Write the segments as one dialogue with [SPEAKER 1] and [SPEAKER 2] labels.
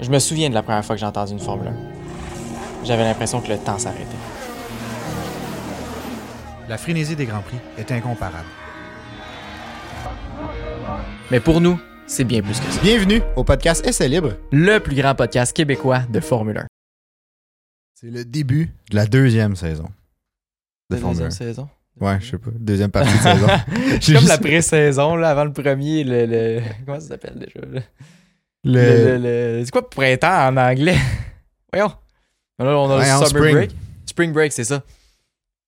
[SPEAKER 1] Je me souviens de la première fois que j'ai entendu une Formule 1. J'avais l'impression que le temps s'arrêtait.
[SPEAKER 2] La frénésie des Grands Prix est incomparable.
[SPEAKER 1] Mais pour nous, c'est bien plus que ça.
[SPEAKER 3] Bienvenue au podcast Essai Libre.
[SPEAKER 1] Le plus grand podcast québécois de Formule 1.
[SPEAKER 2] C'est le début.
[SPEAKER 3] De la deuxième saison de Formule 1.
[SPEAKER 1] saison.
[SPEAKER 3] Ouais, je sais pas. Deuxième partie de saison.
[SPEAKER 1] C'est
[SPEAKER 3] J'ai
[SPEAKER 1] comme
[SPEAKER 3] juste-
[SPEAKER 1] la pré-saison, là, avant le premier, le. le- Comment ça s'appelle déjà? là? Le-
[SPEAKER 3] Le...
[SPEAKER 1] le- le- C'est quoi printemps en anglais? Voyons. Là, on a
[SPEAKER 3] Ouais, en
[SPEAKER 1] le summer
[SPEAKER 3] spring.
[SPEAKER 1] break. Spring break, c'est ça.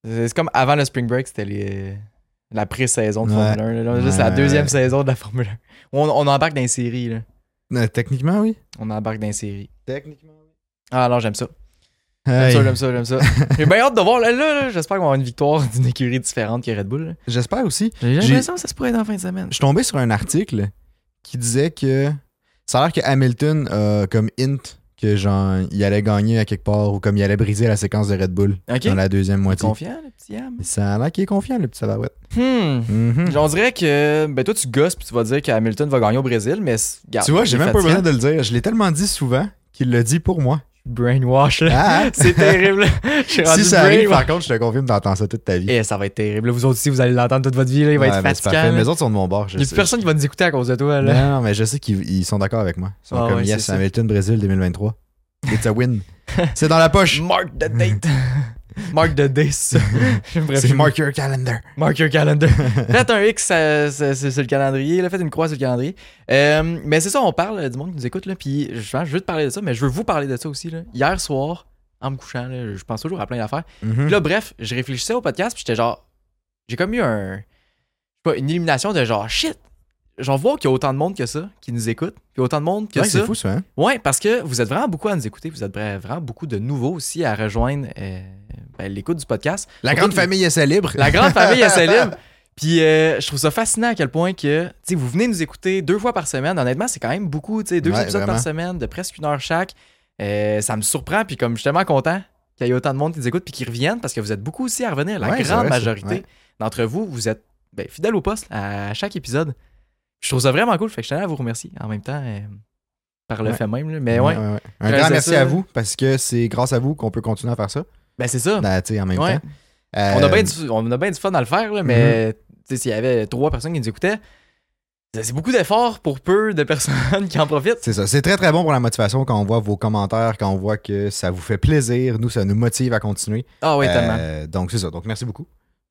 [SPEAKER 1] C'est c'est comme avant le spring break, c'était les... la pré-saison de
[SPEAKER 3] Ouais.
[SPEAKER 1] Formule 1. là. Là, juste
[SPEAKER 3] Ouais,
[SPEAKER 1] la
[SPEAKER 3] ouais,
[SPEAKER 1] deuxième
[SPEAKER 3] ouais.
[SPEAKER 1] saison de la Formule 1. On, on embarque dans les séries, là.
[SPEAKER 3] Euh, Techniquement, oui.
[SPEAKER 1] On embarque dans les séries.
[SPEAKER 3] Techniquement, oui.
[SPEAKER 1] Ah, alors j'aime ça. J'aime
[SPEAKER 3] Hey.
[SPEAKER 1] ça, j'aime ça, j'aime ça. J'ai bien hâte de voir, là, là, là, j'espère qu'on va avoir une victoire d'une écurie différente que Red Bull. là.
[SPEAKER 3] J'espère aussi.
[SPEAKER 1] J'ai
[SPEAKER 3] J'ai-
[SPEAKER 1] l'impression que ça se pourrait être en fin de semaine.
[SPEAKER 3] Je suis tombé sur un article qui disait que ça a l'air que Hamilton a comme hint que genre il allait gagner à quelque part ou comme il allait briser la séquence de Red Bull
[SPEAKER 1] Ok.
[SPEAKER 3] dans la deuxième moitié.
[SPEAKER 1] Confiant, le petit Ham?
[SPEAKER 3] Mais Ça a l'air qu'il est confiant, le petit sabarouette.
[SPEAKER 1] Hmm.
[SPEAKER 3] Mhm.
[SPEAKER 1] On dirait que ben toi tu gosses puis tu vas dire qu'Hamilton va gagner au Brésil, mais c- regarde,
[SPEAKER 3] Tu vois, j'ai
[SPEAKER 1] il est
[SPEAKER 3] même pas
[SPEAKER 1] fatiguant.
[SPEAKER 3] besoin de le dire. Je l'ai tellement dit souvent qu'il le dit pour moi.
[SPEAKER 1] brainwash. là.
[SPEAKER 3] Ah, ah.
[SPEAKER 1] C'est terrible. là. Je suis rendu
[SPEAKER 3] si ça arrive,
[SPEAKER 1] brainwash.
[SPEAKER 3] par contre, je te confirme d'entendre ça toute ta vie.
[SPEAKER 1] Et ça va être terrible. là. Vous autres aussi, vous allez l'entendre toute votre vie. là. Il va
[SPEAKER 3] Ouais,
[SPEAKER 1] être
[SPEAKER 3] mais c'est
[SPEAKER 1] fatigant.
[SPEAKER 3] parfait.
[SPEAKER 1] là.
[SPEAKER 3] Les autres sont de mon bord. je
[SPEAKER 1] Il n'y a
[SPEAKER 3] sais.
[SPEAKER 1] plus personne qui va nous écouter à cause de toi. Là.
[SPEAKER 3] Non, non, mais je sais qu'ils ils sont d'accord avec moi. Ils sont
[SPEAKER 1] Ah
[SPEAKER 3] comme
[SPEAKER 1] ouais, c'est
[SPEAKER 3] Yes,
[SPEAKER 1] ça.
[SPEAKER 3] Hamilton Brésil 2023. It's a win. c'est dans la poche.
[SPEAKER 1] Mark the date. Mark the day, c'est ça. J'aimerais
[SPEAKER 3] C'est
[SPEAKER 1] plus-
[SPEAKER 3] mark your calendar.
[SPEAKER 1] Mark your calendar. Faites un X euh, sur sur- sur le calendrier, là. faites une croix sur le calendrier. Euh, mais c'est ça, on parle euh, du monde qui nous écoute, là, puis je, je veux te parler de ça, mais je veux vous parler de ça aussi. Là. Hier soir, en me couchant, là, je pense toujours à plein d'affaires. Puis là, bref, je réfléchissais au podcast, puis j'étais genre, j'ai comme eu un, je sais pas, une illumination de genre, shit, j'en vois qu'il y a autant de monde que ça qui nous écoute, puis autant de monde que
[SPEAKER 3] Ouais,
[SPEAKER 1] ça.
[SPEAKER 3] c'est fou, ça. Hein?
[SPEAKER 1] Ouais, parce que vous êtes vraiment beaucoup à nous écouter, vous êtes vra- vraiment beaucoup de nouveaux aussi à rejoindre euh, ben, l'écoute du podcast.
[SPEAKER 3] La grande famille est libre.
[SPEAKER 1] La grande famille est libre. Puis euh, je trouve ça fascinant à quel point que, tu sais, vous venez nous écouter deux fois par semaine. Honnêtement, c'est quand même beaucoup, tu sais, deux
[SPEAKER 3] Ouais,
[SPEAKER 1] épisodes
[SPEAKER 3] vraiment.
[SPEAKER 1] par semaine de presque une heure chaque. Euh, ça me surprend. Puis comme je suis tellement content qu'il y ait autant de monde qui nous écoute puis qui reviennent parce que vous êtes beaucoup aussi à revenir. La
[SPEAKER 3] Ouais, c'est
[SPEAKER 1] grande
[SPEAKER 3] vrai, ça.
[SPEAKER 1] majorité
[SPEAKER 3] Ouais.
[SPEAKER 1] d'entre vous, vous êtes ben, fidèles au poste à chaque épisode. Je trouve ça vraiment cool. Fait que je tenais à vous remercier en même temps euh, par le
[SPEAKER 3] Ouais.
[SPEAKER 1] fait même. là. Mais ouais,
[SPEAKER 3] Ouais, ouais, ouais. Un
[SPEAKER 1] Grâce à
[SPEAKER 3] grand merci
[SPEAKER 1] ça, hein.
[SPEAKER 3] à
[SPEAKER 1] là.
[SPEAKER 3] vous parce que c'est grâce à vous qu'on peut continuer à faire ça.
[SPEAKER 1] ben c'est ça.
[SPEAKER 3] Ben, tu sais, en même
[SPEAKER 1] Ouais.
[SPEAKER 3] temps. Euh, mm-hmm.
[SPEAKER 1] On a bien du, on a ben du fun à le faire, là, mais tu sais, s'il y avait trois personnes qui nous écoutaient, c'est c'est beaucoup d'efforts pour peu de personnes qui en profitent.
[SPEAKER 3] C'est ça. C'est très, très bon pour la motivation quand on voit vos commentaires, quand on voit que ça vous fait plaisir. Nous, ça nous motive à continuer.
[SPEAKER 1] Ah oui,
[SPEAKER 3] Euh,
[SPEAKER 1] tellement.
[SPEAKER 3] donc, c'est ça. Donc, merci beaucoup.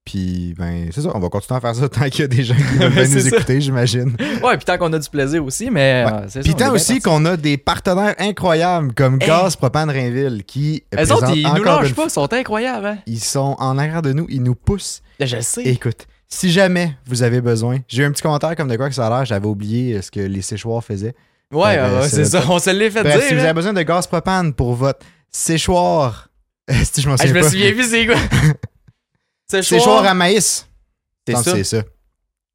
[SPEAKER 3] Puis, ben, c'est ça. On va continuer à faire ça tant qu'il y a des gens qui veulent bien
[SPEAKER 1] C'est
[SPEAKER 3] nous
[SPEAKER 1] ça.
[SPEAKER 3] écouter, j'imagine.
[SPEAKER 1] Ouais, puis tant qu'on a du plaisir aussi, mais
[SPEAKER 3] Euh. Ouais.
[SPEAKER 1] euh, c'est
[SPEAKER 3] Puis
[SPEAKER 1] ça, on est
[SPEAKER 3] tant
[SPEAKER 1] bien
[SPEAKER 3] aussi
[SPEAKER 1] parti.
[SPEAKER 3] qu'on a des partenaires incroyables comme
[SPEAKER 1] Hey.
[SPEAKER 3] Gaz Propane Rainville qui
[SPEAKER 1] Elles autres,
[SPEAKER 3] présentent
[SPEAKER 1] ils nous
[SPEAKER 3] encore
[SPEAKER 1] lâchent
[SPEAKER 3] une
[SPEAKER 1] pas,
[SPEAKER 3] fois-
[SPEAKER 1] ils sont incroyables. Hein?
[SPEAKER 3] Ils sont en arrière de nous, ils nous poussent.
[SPEAKER 1] Là, Ben, je le sais.
[SPEAKER 3] Écoute, si jamais vous avez besoin, j'ai eu un petit commentaire comme de quoi que ça a l'air, j'avais oublié euh, ce que les séchoirs faisaient.
[SPEAKER 1] ouais,
[SPEAKER 3] ben,
[SPEAKER 1] euh,
[SPEAKER 3] c'est
[SPEAKER 1] c'est ça, on se l'est fait
[SPEAKER 3] Bref, si
[SPEAKER 1] dire.
[SPEAKER 3] vous avez
[SPEAKER 1] hein.
[SPEAKER 3] besoin de Gaz Propane pour votre séchoir, si je m'en
[SPEAKER 1] Ah, je
[SPEAKER 3] souviens
[SPEAKER 1] me
[SPEAKER 3] pas.
[SPEAKER 1] souviens plus, c'est quoi? C'est
[SPEAKER 3] Séchoir
[SPEAKER 1] choix
[SPEAKER 3] à maïs.
[SPEAKER 1] C'est
[SPEAKER 3] Non,
[SPEAKER 1] ça.
[SPEAKER 3] C'est ça.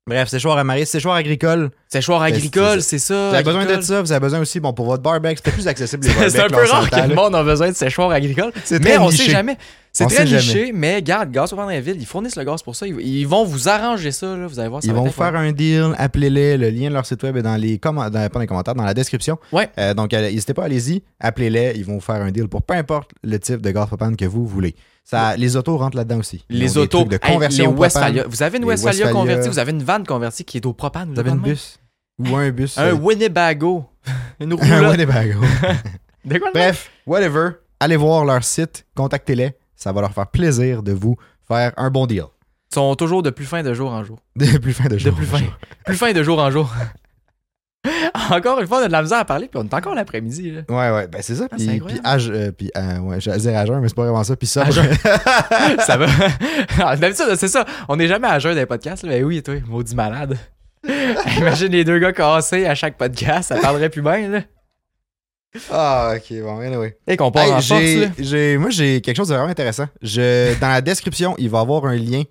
[SPEAKER 3] Bref, séchoir à maïs, séchoir agricole.
[SPEAKER 1] Séchoir
[SPEAKER 3] Ben, c'est-
[SPEAKER 1] agricole, c'est ça.
[SPEAKER 3] Vous avez besoin de
[SPEAKER 1] agricole.
[SPEAKER 3] ça, vous avez besoin aussi, bon, pour votre barbecue, c'est plus accessible les barbecues.
[SPEAKER 1] C'est un
[SPEAKER 3] là,
[SPEAKER 1] peu
[SPEAKER 3] on
[SPEAKER 1] rare que
[SPEAKER 3] s'entend,
[SPEAKER 1] le
[SPEAKER 3] là.
[SPEAKER 1] monde a besoin de séchoir agricole.
[SPEAKER 3] C'est
[SPEAKER 1] Mais
[SPEAKER 3] très
[SPEAKER 1] on
[SPEAKER 3] niché.
[SPEAKER 1] sait jamais. C'est
[SPEAKER 3] On
[SPEAKER 1] très
[SPEAKER 3] sait jamais.
[SPEAKER 1] niché, mais garde, Gaz au ville ils fournissent le gaz pour ça. Ils, ils vont vous arranger ça, là. Vous allez voir. Ça
[SPEAKER 3] Ils
[SPEAKER 1] va
[SPEAKER 3] vont
[SPEAKER 1] être
[SPEAKER 3] vous faire un deal, appelez-les. Le lien de leur site web est dans les, commentaires, dans, pas dans les commentaires, dans la description.
[SPEAKER 1] Ouais.
[SPEAKER 3] Euh, donc, allez- n'hésitez pas, allez-y, appelez-les. Ils vont vous faire un deal pour peu importe le type de gaz propane que vous voulez. Ça, Les autos rentrent là-dedans aussi. Ils
[SPEAKER 1] Les
[SPEAKER 3] ont des
[SPEAKER 1] autos,
[SPEAKER 3] trucs de
[SPEAKER 1] Hey,
[SPEAKER 3] conversion.
[SPEAKER 1] les
[SPEAKER 3] propane.
[SPEAKER 1] Westphalia. Vous avez une
[SPEAKER 3] les
[SPEAKER 1] Westphalia,
[SPEAKER 3] Westphalia.
[SPEAKER 1] convertie, vous avez une vanne convertie qui est au propane.
[SPEAKER 3] Vous avez
[SPEAKER 1] le
[SPEAKER 3] un
[SPEAKER 1] même.
[SPEAKER 3] bus ou un bus. euh,
[SPEAKER 1] Un Winnebago. Une
[SPEAKER 3] un Ben-
[SPEAKER 1] roulotte.
[SPEAKER 3] Winnebago.
[SPEAKER 1] De quoi le nom?
[SPEAKER 3] Bref, whatever. Allez voir leur site, contactez-les. Ça va leur faire plaisir de vous faire un bon deal.
[SPEAKER 1] Ils sont toujours de plus fin de jour en jour.
[SPEAKER 3] De plus fin de
[SPEAKER 1] De
[SPEAKER 3] jour.
[SPEAKER 1] plus fin. plus fin de jour en jour. encore une fois, on a de la misère à parler, puis on est encore l'après-midi. là.
[SPEAKER 3] Ouais, ouais, ben c'est ça.
[SPEAKER 1] Ah,
[SPEAKER 3] puis,
[SPEAKER 1] c'est
[SPEAKER 3] puis,
[SPEAKER 1] incroyable.
[SPEAKER 3] âge, euh, puis, euh, ouais, j'allais dire à jeun, mais c'est pas vraiment ça. Puis ça,
[SPEAKER 1] À jeun. ça va. Ah, D'habitude, c'est ça. On n'est jamais à jeun des podcasts. Là. Ben oui, toi, maudit malade. Imagine les deux gars cassés à chaque podcast, ça parlerait plus bien. Là.
[SPEAKER 3] Ah, ok, bon, anyway.
[SPEAKER 1] Et qu'on part
[SPEAKER 3] Hey,
[SPEAKER 1] en force.
[SPEAKER 3] j'ai,
[SPEAKER 1] là.
[SPEAKER 3] j'ai- moi, j'ai quelque chose de vraiment intéressant. Je, dans la description, il va y avoir un lien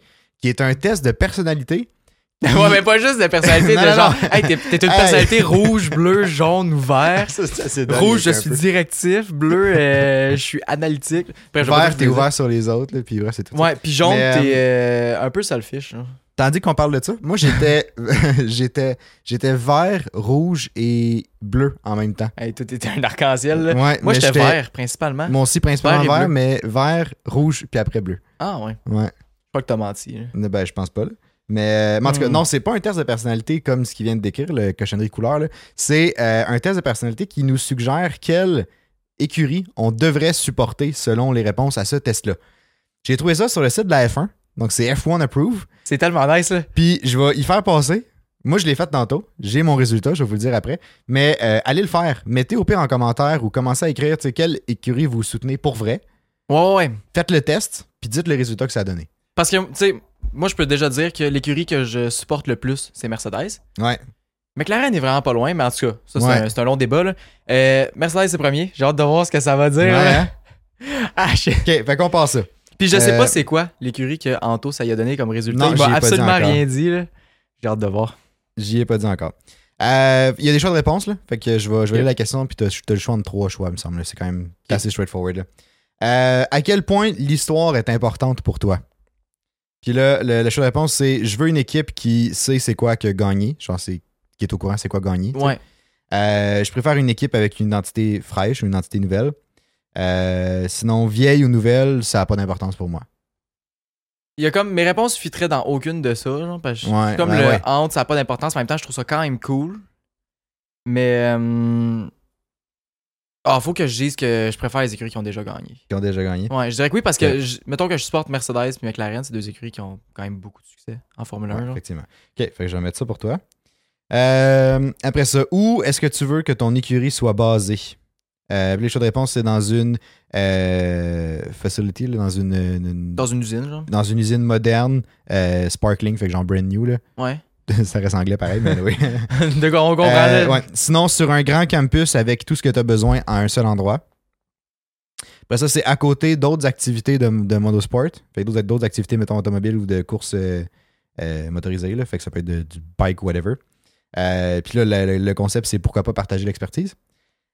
[SPEAKER 3] qui est un test de personnalité.
[SPEAKER 1] Ouais, mais pas juste de personnalité,
[SPEAKER 3] Non,
[SPEAKER 1] de
[SPEAKER 3] non,
[SPEAKER 1] genre,
[SPEAKER 3] non.
[SPEAKER 1] hey, t'es, t'es une
[SPEAKER 3] Hey.
[SPEAKER 1] personnalité rouge, bleu, jaune ou vert.
[SPEAKER 3] Ça, c'est assez dingue,
[SPEAKER 1] Rouge, je
[SPEAKER 3] un
[SPEAKER 1] suis
[SPEAKER 3] peu.
[SPEAKER 1] directif. Bleu, euh, je suis analytique. Après, je vais pas
[SPEAKER 3] Vert,
[SPEAKER 1] vous
[SPEAKER 3] t'es
[SPEAKER 1] le dire.
[SPEAKER 3] ouvert sur les autres, là, puis bref, c'est tout. ça.
[SPEAKER 1] Ouais, puis jaune,
[SPEAKER 3] Mais, euh,
[SPEAKER 1] t'es euh, un peu selfish. hein.
[SPEAKER 3] Tandis qu'on parle de ça, moi j'étais j'étais j'étais vert, rouge et bleu en même temps.
[SPEAKER 1] Hey, tout était un arc-en-ciel. là.
[SPEAKER 3] Ouais,
[SPEAKER 1] Moi,
[SPEAKER 3] mais
[SPEAKER 1] j'étais vert, principalement.
[SPEAKER 3] Moi aussi principalement
[SPEAKER 1] Vert et
[SPEAKER 3] vert,
[SPEAKER 1] bleu.
[SPEAKER 3] mais vert, rouge puis après bleu.
[SPEAKER 1] Ah, ouais. Je
[SPEAKER 3] Ouais.
[SPEAKER 1] crois que t'as menti. là.
[SPEAKER 3] Ne- Ben, je pense pas. là. Mais, euh, mais en tout cas,
[SPEAKER 1] Hmm.
[SPEAKER 3] non, c'est pas un test de personnalité comme ce qu'il vient de décrire, le cochonnerie couleur. là. C'est euh, un test de personnalité qui nous suggère quelle écurie on devrait supporter selon les réponses à ce test-là. J'ai trouvé ça sur le site de la F1. Donc, c'est F1 Approve.
[SPEAKER 1] C'est tellement nice, là.
[SPEAKER 3] Puis, je vais y faire passer. Moi, je l'ai fait tantôt. J'ai mon résultat, je vais vous le dire après. Mais euh, allez le faire. Mettez au pire en commentaire ou commencez à écrire tu sais, quelle écurie vous soutenez pour vrai.
[SPEAKER 1] Ouais, ouais, ouais.
[SPEAKER 3] Faites le test, puis dites le résultat que ça a donné.
[SPEAKER 1] Parce que, tu sais, moi, je peux déjà dire que l'écurie que je supporte le plus, c'est Mercedes.
[SPEAKER 3] Ouais.
[SPEAKER 1] McLaren est vraiment pas loin, mais en tout cas, ça, c'est
[SPEAKER 3] Ouais.
[SPEAKER 1] un- c'est un, long débat. là. Euh, Mercedes, c'est premier. J'ai hâte de voir ce que ça va dire.
[SPEAKER 3] Ouais,
[SPEAKER 1] là.
[SPEAKER 3] hein?
[SPEAKER 1] Ah, shit.
[SPEAKER 3] OK, fait qu'on passe ça.
[SPEAKER 1] Puis je sais
[SPEAKER 3] Euh,
[SPEAKER 1] pas c'est quoi l'écurie que Anto, ça y a donné comme résultat.
[SPEAKER 3] Non,
[SPEAKER 1] Il
[SPEAKER 3] j'y ai
[SPEAKER 1] m'a
[SPEAKER 3] pas dit
[SPEAKER 1] absolument
[SPEAKER 3] encore.
[SPEAKER 1] rien dit. là. J'ai hâte de voir.
[SPEAKER 3] J'y ai pas dit encore. Euh, Il y a des choix de réponse, là. Fait que je vais, je vais
[SPEAKER 1] Ok.
[SPEAKER 3] lire la question, puis t'as t'as le choix entre trois choix, il me semble. là. C'est quand même assez straightforward, là. Euh, à quel point l'histoire est importante pour toi? Puis là, le, le choix de réponse, c'est je veux une équipe qui sait c'est quoi que gagner. Genre, c'est qui est au courant c'est quoi gagner. tu sais.
[SPEAKER 1] Ouais.
[SPEAKER 3] Euh, je préfère une équipe avec une identité fraîche, une identité nouvelle. Euh, sinon, vieille ou nouvelle, ça n'a pas d'importance pour moi.
[SPEAKER 1] Il y a comme mes réponses fitteraient dans aucune de ça, genre, parce que je suis
[SPEAKER 3] Ouais,
[SPEAKER 1] comme
[SPEAKER 3] ouais,
[SPEAKER 1] le
[SPEAKER 3] ouais.
[SPEAKER 1] honte, ça n'a pas d'importance, mais en même temps, je trouve ça quand même cool. Mais euh, ah, faut que je dise que je préfère les écuries qui ont déjà gagné.
[SPEAKER 3] Qui ont déjà gagné.
[SPEAKER 1] Ouais, je dirais que oui parce que
[SPEAKER 3] Ok.
[SPEAKER 1] je- mettons que je supporte Mercedes puis McLaren, c'est deux écuries qui ont quand même beaucoup de succès en Formule 1.
[SPEAKER 3] Ouais,
[SPEAKER 1] genre.
[SPEAKER 3] effectivement. OK, fait que je vais mettre ça pour toi. Euh, après ça, où est-ce que tu veux que ton écurie soit basée? Euh, les choix de réponse, c'est dans une euh, facility, là, dans une, une-
[SPEAKER 1] Dans une usine, genre.
[SPEAKER 3] dans une usine moderne, euh, sparkling, fait que genre brand new. Là.
[SPEAKER 1] Ouais.
[SPEAKER 3] ça reste anglais pareil, mais oui.
[SPEAKER 1] de quoi on comprend.
[SPEAKER 3] Euh,
[SPEAKER 1] là.
[SPEAKER 3] ouais. Sinon, sur un grand campus avec tout ce que tu as besoin à un seul endroit. Après ça, c'est à côté d'autres activités de, de monosport. Fait que d'autres, d'autres activités, mettons, automobiles ou de courses euh, euh, motorisées. là. Fait que ça peut être de- du bike, whatever. Euh, Puis là, le, le- le concept, c'est pourquoi pas partager l'expertise.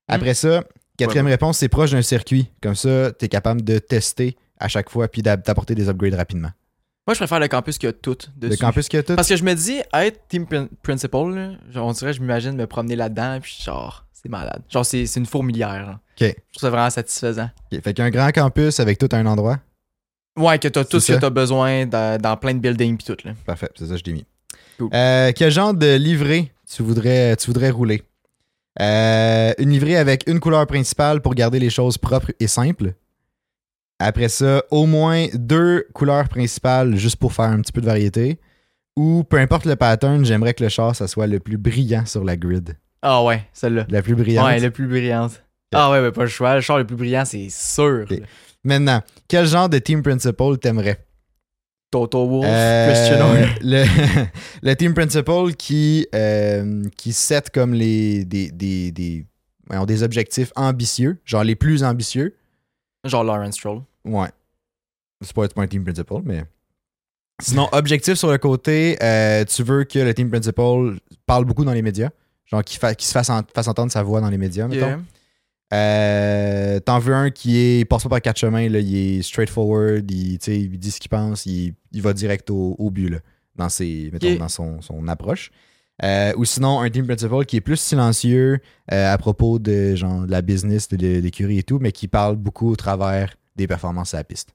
[SPEAKER 1] Mm.
[SPEAKER 3] Après ça, quatrième réponse, c'est proche d'un circuit. Comme ça, tu es capable de tester à chaque fois puis d'ab- d'apporter des upgrades rapidement.
[SPEAKER 1] Moi, je préfère le campus qui a tout.
[SPEAKER 3] Le
[SPEAKER 1] dessus.
[SPEAKER 3] campus que tu
[SPEAKER 1] Parce que je me dis, être team prin- principal, là, genre, on dirait, je m'imagine me promener là-dedans, puis genre, c'est malade. Genre, c'est c'est une fourmilière. là.
[SPEAKER 3] Ok.
[SPEAKER 1] Je trouve ça vraiment satisfaisant.
[SPEAKER 3] Fait qu'un grand campus avec tout un endroit.
[SPEAKER 1] Ouais, que t'as tout
[SPEAKER 3] C'est
[SPEAKER 1] ce que
[SPEAKER 3] ça.
[SPEAKER 1] t'as besoin dans, dans plein de buildings, puis tout, là.
[SPEAKER 3] Parfait, c'est ça que je l'ai mis.
[SPEAKER 1] Cool.
[SPEAKER 3] Euh, quel genre de livrée tu voudrais, tu voudrais rouler? Euh, une livrée avec une couleur principale pour garder les choses propres et simples. Après ça, au moins deux couleurs principales juste pour faire un petit peu de variété. Ou peu importe le pattern, j'aimerais que le char, ça soit le plus brillant sur la grid.
[SPEAKER 1] Ah ouais, celle-là.
[SPEAKER 3] La plus brillante.
[SPEAKER 1] Ouais, le plus brillante. Ah ouais, mais pas le choix. Le char le plus brillant, c'est sûr.
[SPEAKER 3] Ok.
[SPEAKER 1] là.
[SPEAKER 3] Maintenant, quel genre de team principal t'aimerais?
[SPEAKER 1] Toto Wolf,
[SPEAKER 3] Euh,
[SPEAKER 1] Christian Horner.
[SPEAKER 3] le, le team principal qui, euh, qui set comme les, des, des, des, voyons, des objectifs ambitieux, genre les plus ambitieux.
[SPEAKER 1] Genre Lawrence Stroll.
[SPEAKER 3] Ouais. C'est pas, c'est pas un team principal, mais. Sinon, objectif sur le côté, euh, tu veux que le team principal parle beaucoup dans les médias. Genre qu'il fa- qu'il se fasse, en- fasse entendre sa voix dans les médias, mettons.
[SPEAKER 1] Yeah.
[SPEAKER 3] Euh, T'en veux un qui est, il passe pas par quatre chemins, là, il est straightforward, il, tu sais, il dit ce qu'il pense, il, il va direct au, au but là, dans, ses, mettons,
[SPEAKER 1] Ok.
[SPEAKER 3] dans son, son approche. Euh, ou sinon, un team principal qui est plus silencieux euh, à propos de, genre, de la business, de, de l'écurie et tout, mais qui parle beaucoup au travers des performances à la piste.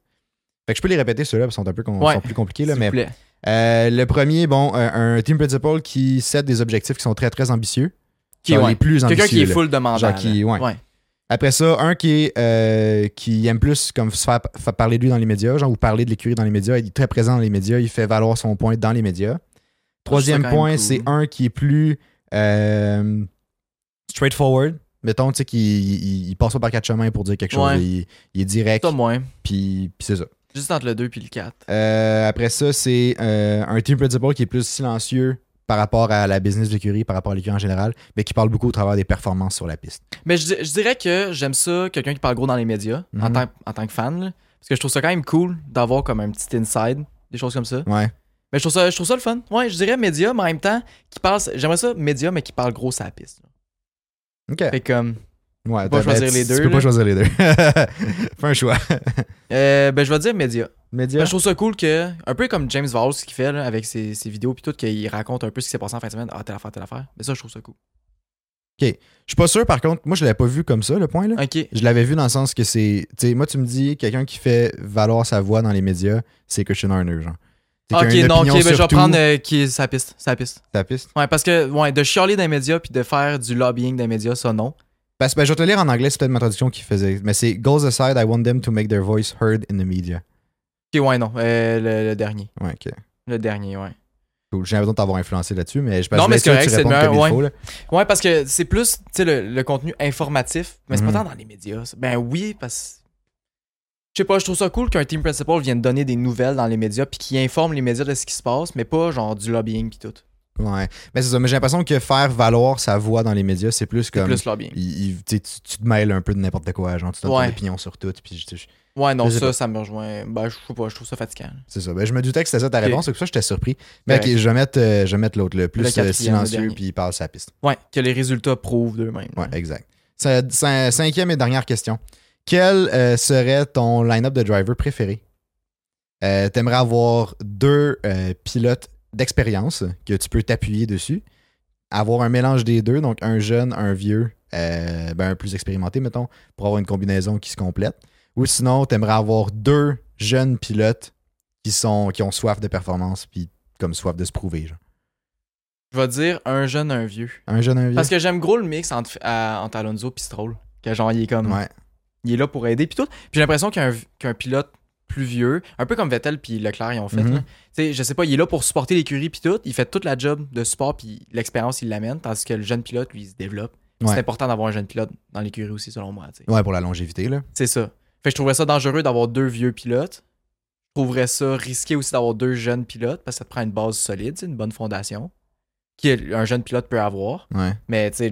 [SPEAKER 3] Fait que je peux les répéter ceux-là, parce qu'ils sont un peu com-
[SPEAKER 1] Ouais.
[SPEAKER 3] sont plus compliqués. Là,
[SPEAKER 1] S'il
[SPEAKER 3] mais
[SPEAKER 1] vous plaît.
[SPEAKER 3] euh, le premier, bon, un, un team principal qui set des objectifs qui sont très très ambitieux.
[SPEAKER 1] Qui,
[SPEAKER 3] Genre
[SPEAKER 1] ouais.
[SPEAKER 3] les plus ambitieux.
[SPEAKER 1] Quelqu'un qui est
[SPEAKER 3] là.
[SPEAKER 1] full demandant.
[SPEAKER 3] Genre qui-
[SPEAKER 1] là.
[SPEAKER 3] ouais. Après ça, un qui, est, euh, qui aime plus comme se faire, faire parler de lui dans les médias, genre ou parler de l'écurie dans les médias, il est très présent dans les médias, il fait valoir son point dans les médias. Troisième
[SPEAKER 1] Ça, c'est quand
[SPEAKER 3] point,
[SPEAKER 1] même cool.
[SPEAKER 3] c'est un qui est plus euh, straightforward. Mettons, tu sais, qu'il il, il passe pas par quatre chemins pour dire quelque chose.
[SPEAKER 1] Ouais.
[SPEAKER 3] Il, il est direct,
[SPEAKER 1] Ça, moins.
[SPEAKER 3] puis puis c'est ça.
[SPEAKER 1] Juste entre le 2 puis le 4.
[SPEAKER 3] Euh, après ça, c'est euh, un team principal qui est plus silencieux par rapport à la business de l'écurie, par rapport à l'écurie en général, mais qui parle beaucoup au travers des performances sur la piste.
[SPEAKER 1] Mais je, di- je dirais que j'aime ça, quelqu'un qui parle gros dans les médias, en,
[SPEAKER 3] Mhm.
[SPEAKER 1] tant, en tant que fan. là. parce que je trouve ça quand même cool d'avoir comme un petit inside, des choses comme ça.
[SPEAKER 3] Ouais.
[SPEAKER 1] Mais je trouve ça, je trouve ça le fun. Ouais, je dirais média, mais en même temps, qui parle. J'aimerais ça, média, mais qui parle gros sa piste. là.
[SPEAKER 3] OK.
[SPEAKER 1] Fait comme.
[SPEAKER 3] Ouais,
[SPEAKER 1] Tu peux pas
[SPEAKER 3] t'as-
[SPEAKER 1] choisir
[SPEAKER 3] ben,
[SPEAKER 1] les
[SPEAKER 3] tu-
[SPEAKER 1] deux,
[SPEAKER 3] Tu peux
[SPEAKER 1] là.
[SPEAKER 3] pas choisir les deux. Fais un choix.
[SPEAKER 1] euh, ben, je vais dire média.
[SPEAKER 3] média.
[SPEAKER 1] Ben, je trouve ça cool que, un peu comme James Valls qui fait là, avec ses, ses vidéos puis tout, qu'il raconte un peu ce qui s'est passé en fin de semaine. Ah, telle affaire, telle affaire. Mais ça, je trouve ça cool.
[SPEAKER 3] Je suis pas sûr, par contre, moi, je l'avais pas vu comme ça, le point, là.
[SPEAKER 1] Ok.
[SPEAKER 3] Je l'avais vu dans le sens que c'est. Tu sais, moi, tu me dis, quelqu'un qui fait valoir sa voix dans les médias, c'est Christian Horner, genre. C'est
[SPEAKER 1] Ok,
[SPEAKER 3] qu'il y a une
[SPEAKER 1] non, ok,
[SPEAKER 3] opinion
[SPEAKER 1] ben, je
[SPEAKER 3] sur
[SPEAKER 1] vais
[SPEAKER 3] tout,
[SPEAKER 1] prendre euh, qui est sa piste. Sa piste.
[SPEAKER 3] ta piste.
[SPEAKER 1] Ouais, parce que, ouais, de chialer des médias puis de faire du lobbying des médias, ça, non.
[SPEAKER 3] Parce ben, je vais te lire en anglais, c'est peut-être ma traduction qui faisait. Mais c'est Goes aside, I want them to make their voice heard in the media.
[SPEAKER 1] Ok, ouais, non. euh, le, le dernier.
[SPEAKER 3] Ouais, ok.
[SPEAKER 1] Le dernier, ouais.
[SPEAKER 3] Cool. J'ai l'impression de t'avoir influencé là-dessus, mais je pense
[SPEAKER 1] Non,
[SPEAKER 3] que
[SPEAKER 1] mais
[SPEAKER 3] je
[SPEAKER 1] c'est
[SPEAKER 3] voulais être sûr
[SPEAKER 1] correct,
[SPEAKER 3] que tu
[SPEAKER 1] c'est le
[SPEAKER 3] répondes
[SPEAKER 1] meilleur,
[SPEAKER 3] comme il faut, là.
[SPEAKER 1] Ouais, parce que c'est plus, tu sais, le, le contenu informatif, mais c'est
[SPEAKER 3] Mhm.
[SPEAKER 1] pas tant dans les médias. ça. Ben oui, parce je sais pas, je trouve ça cool qu'un team principal vienne donner des nouvelles dans les médias puis qu'il informe les médias de ce qui se passe, mais pas genre du lobbying puis tout.
[SPEAKER 3] Ouais. Mais c'est ça. Mais j'ai l'impression que faire valoir sa voix dans les médias, c'est plus
[SPEAKER 1] C'est
[SPEAKER 3] comme.
[SPEAKER 1] plus lobbying.
[SPEAKER 3] il- il- tu sais, tu- tu te mêles un peu de n'importe quoi, genre, tu donnes
[SPEAKER 1] Ouais.
[SPEAKER 3] ton opinion sur tout. Puis je- je-
[SPEAKER 1] Ouais, non,
[SPEAKER 3] Je sais
[SPEAKER 1] ça,
[SPEAKER 3] pas.
[SPEAKER 1] ça me rejoint. Ben, je sais pas, je trouve ça fatigant.
[SPEAKER 3] c'est ça. Ben, je me doutais que c'était ça ta
[SPEAKER 1] Ok.
[SPEAKER 3] réponse, c'est pour ça que j'étais surpris. Mais
[SPEAKER 1] Correct.
[SPEAKER 3] ok, je vais mettre, euh, je vais mettre l'autre, le plus
[SPEAKER 1] Le
[SPEAKER 3] euh,
[SPEAKER 1] quatrième, le
[SPEAKER 3] silencieux,
[SPEAKER 1] dernier.
[SPEAKER 3] puis il parle sa piste.
[SPEAKER 1] Ouais, que les résultats prouvent d'eux-mêmes.
[SPEAKER 3] Ouais, exact. Cin- cin- Cinquième et dernière question. Quel euh, serait ton line-up de driver préféré? Euh, T'aimerais avoir deux euh, pilotes d'expérience que tu peux t'appuyer dessus. Avoir un mélange des deux, donc un jeune, un vieux, euh, ben, un plus expérimenté, mettons, pour avoir une combinaison qui se complète. Ou sinon, t'aimerais avoir deux jeunes pilotes qui, sont, qui ont soif de performance, puis comme soif de se prouver. genre.
[SPEAKER 1] Je vais dire un jeune, un vieux.
[SPEAKER 3] Un jeune, un vieux.
[SPEAKER 1] Parce que j'aime gros le mix entre, à- entre Alonso puis Stroll. Que genre, il est comme.
[SPEAKER 3] Ouais.
[SPEAKER 1] il est là pour aider puis tout. Puis j'ai l'impression qu'un qu'un pilote plus vieux, un peu comme Vettel puis Leclerc ils ont fait
[SPEAKER 3] Mhm.
[SPEAKER 1] là. Tu sais, je sais pas, il est là pour supporter l'écurie puis tout, il fait toute la job de support puis l'expérience il l'amène tandis que le jeune pilote lui il se développe. Puis
[SPEAKER 3] Ouais.
[SPEAKER 1] C'est important d'avoir un jeune pilote dans l'écurie aussi selon moi, tu sais.
[SPEAKER 3] ouais, pour la longévité, là.
[SPEAKER 1] C'est ça. Fait que je trouverais ça dangereux d'avoir deux vieux pilotes. Je trouverais ça risqué aussi d'avoir deux jeunes pilotes parce que ça te prend une base solide, c'est une bonne fondation qu'un jeune pilote peut avoir,
[SPEAKER 3] Ouais.
[SPEAKER 1] mais tu sais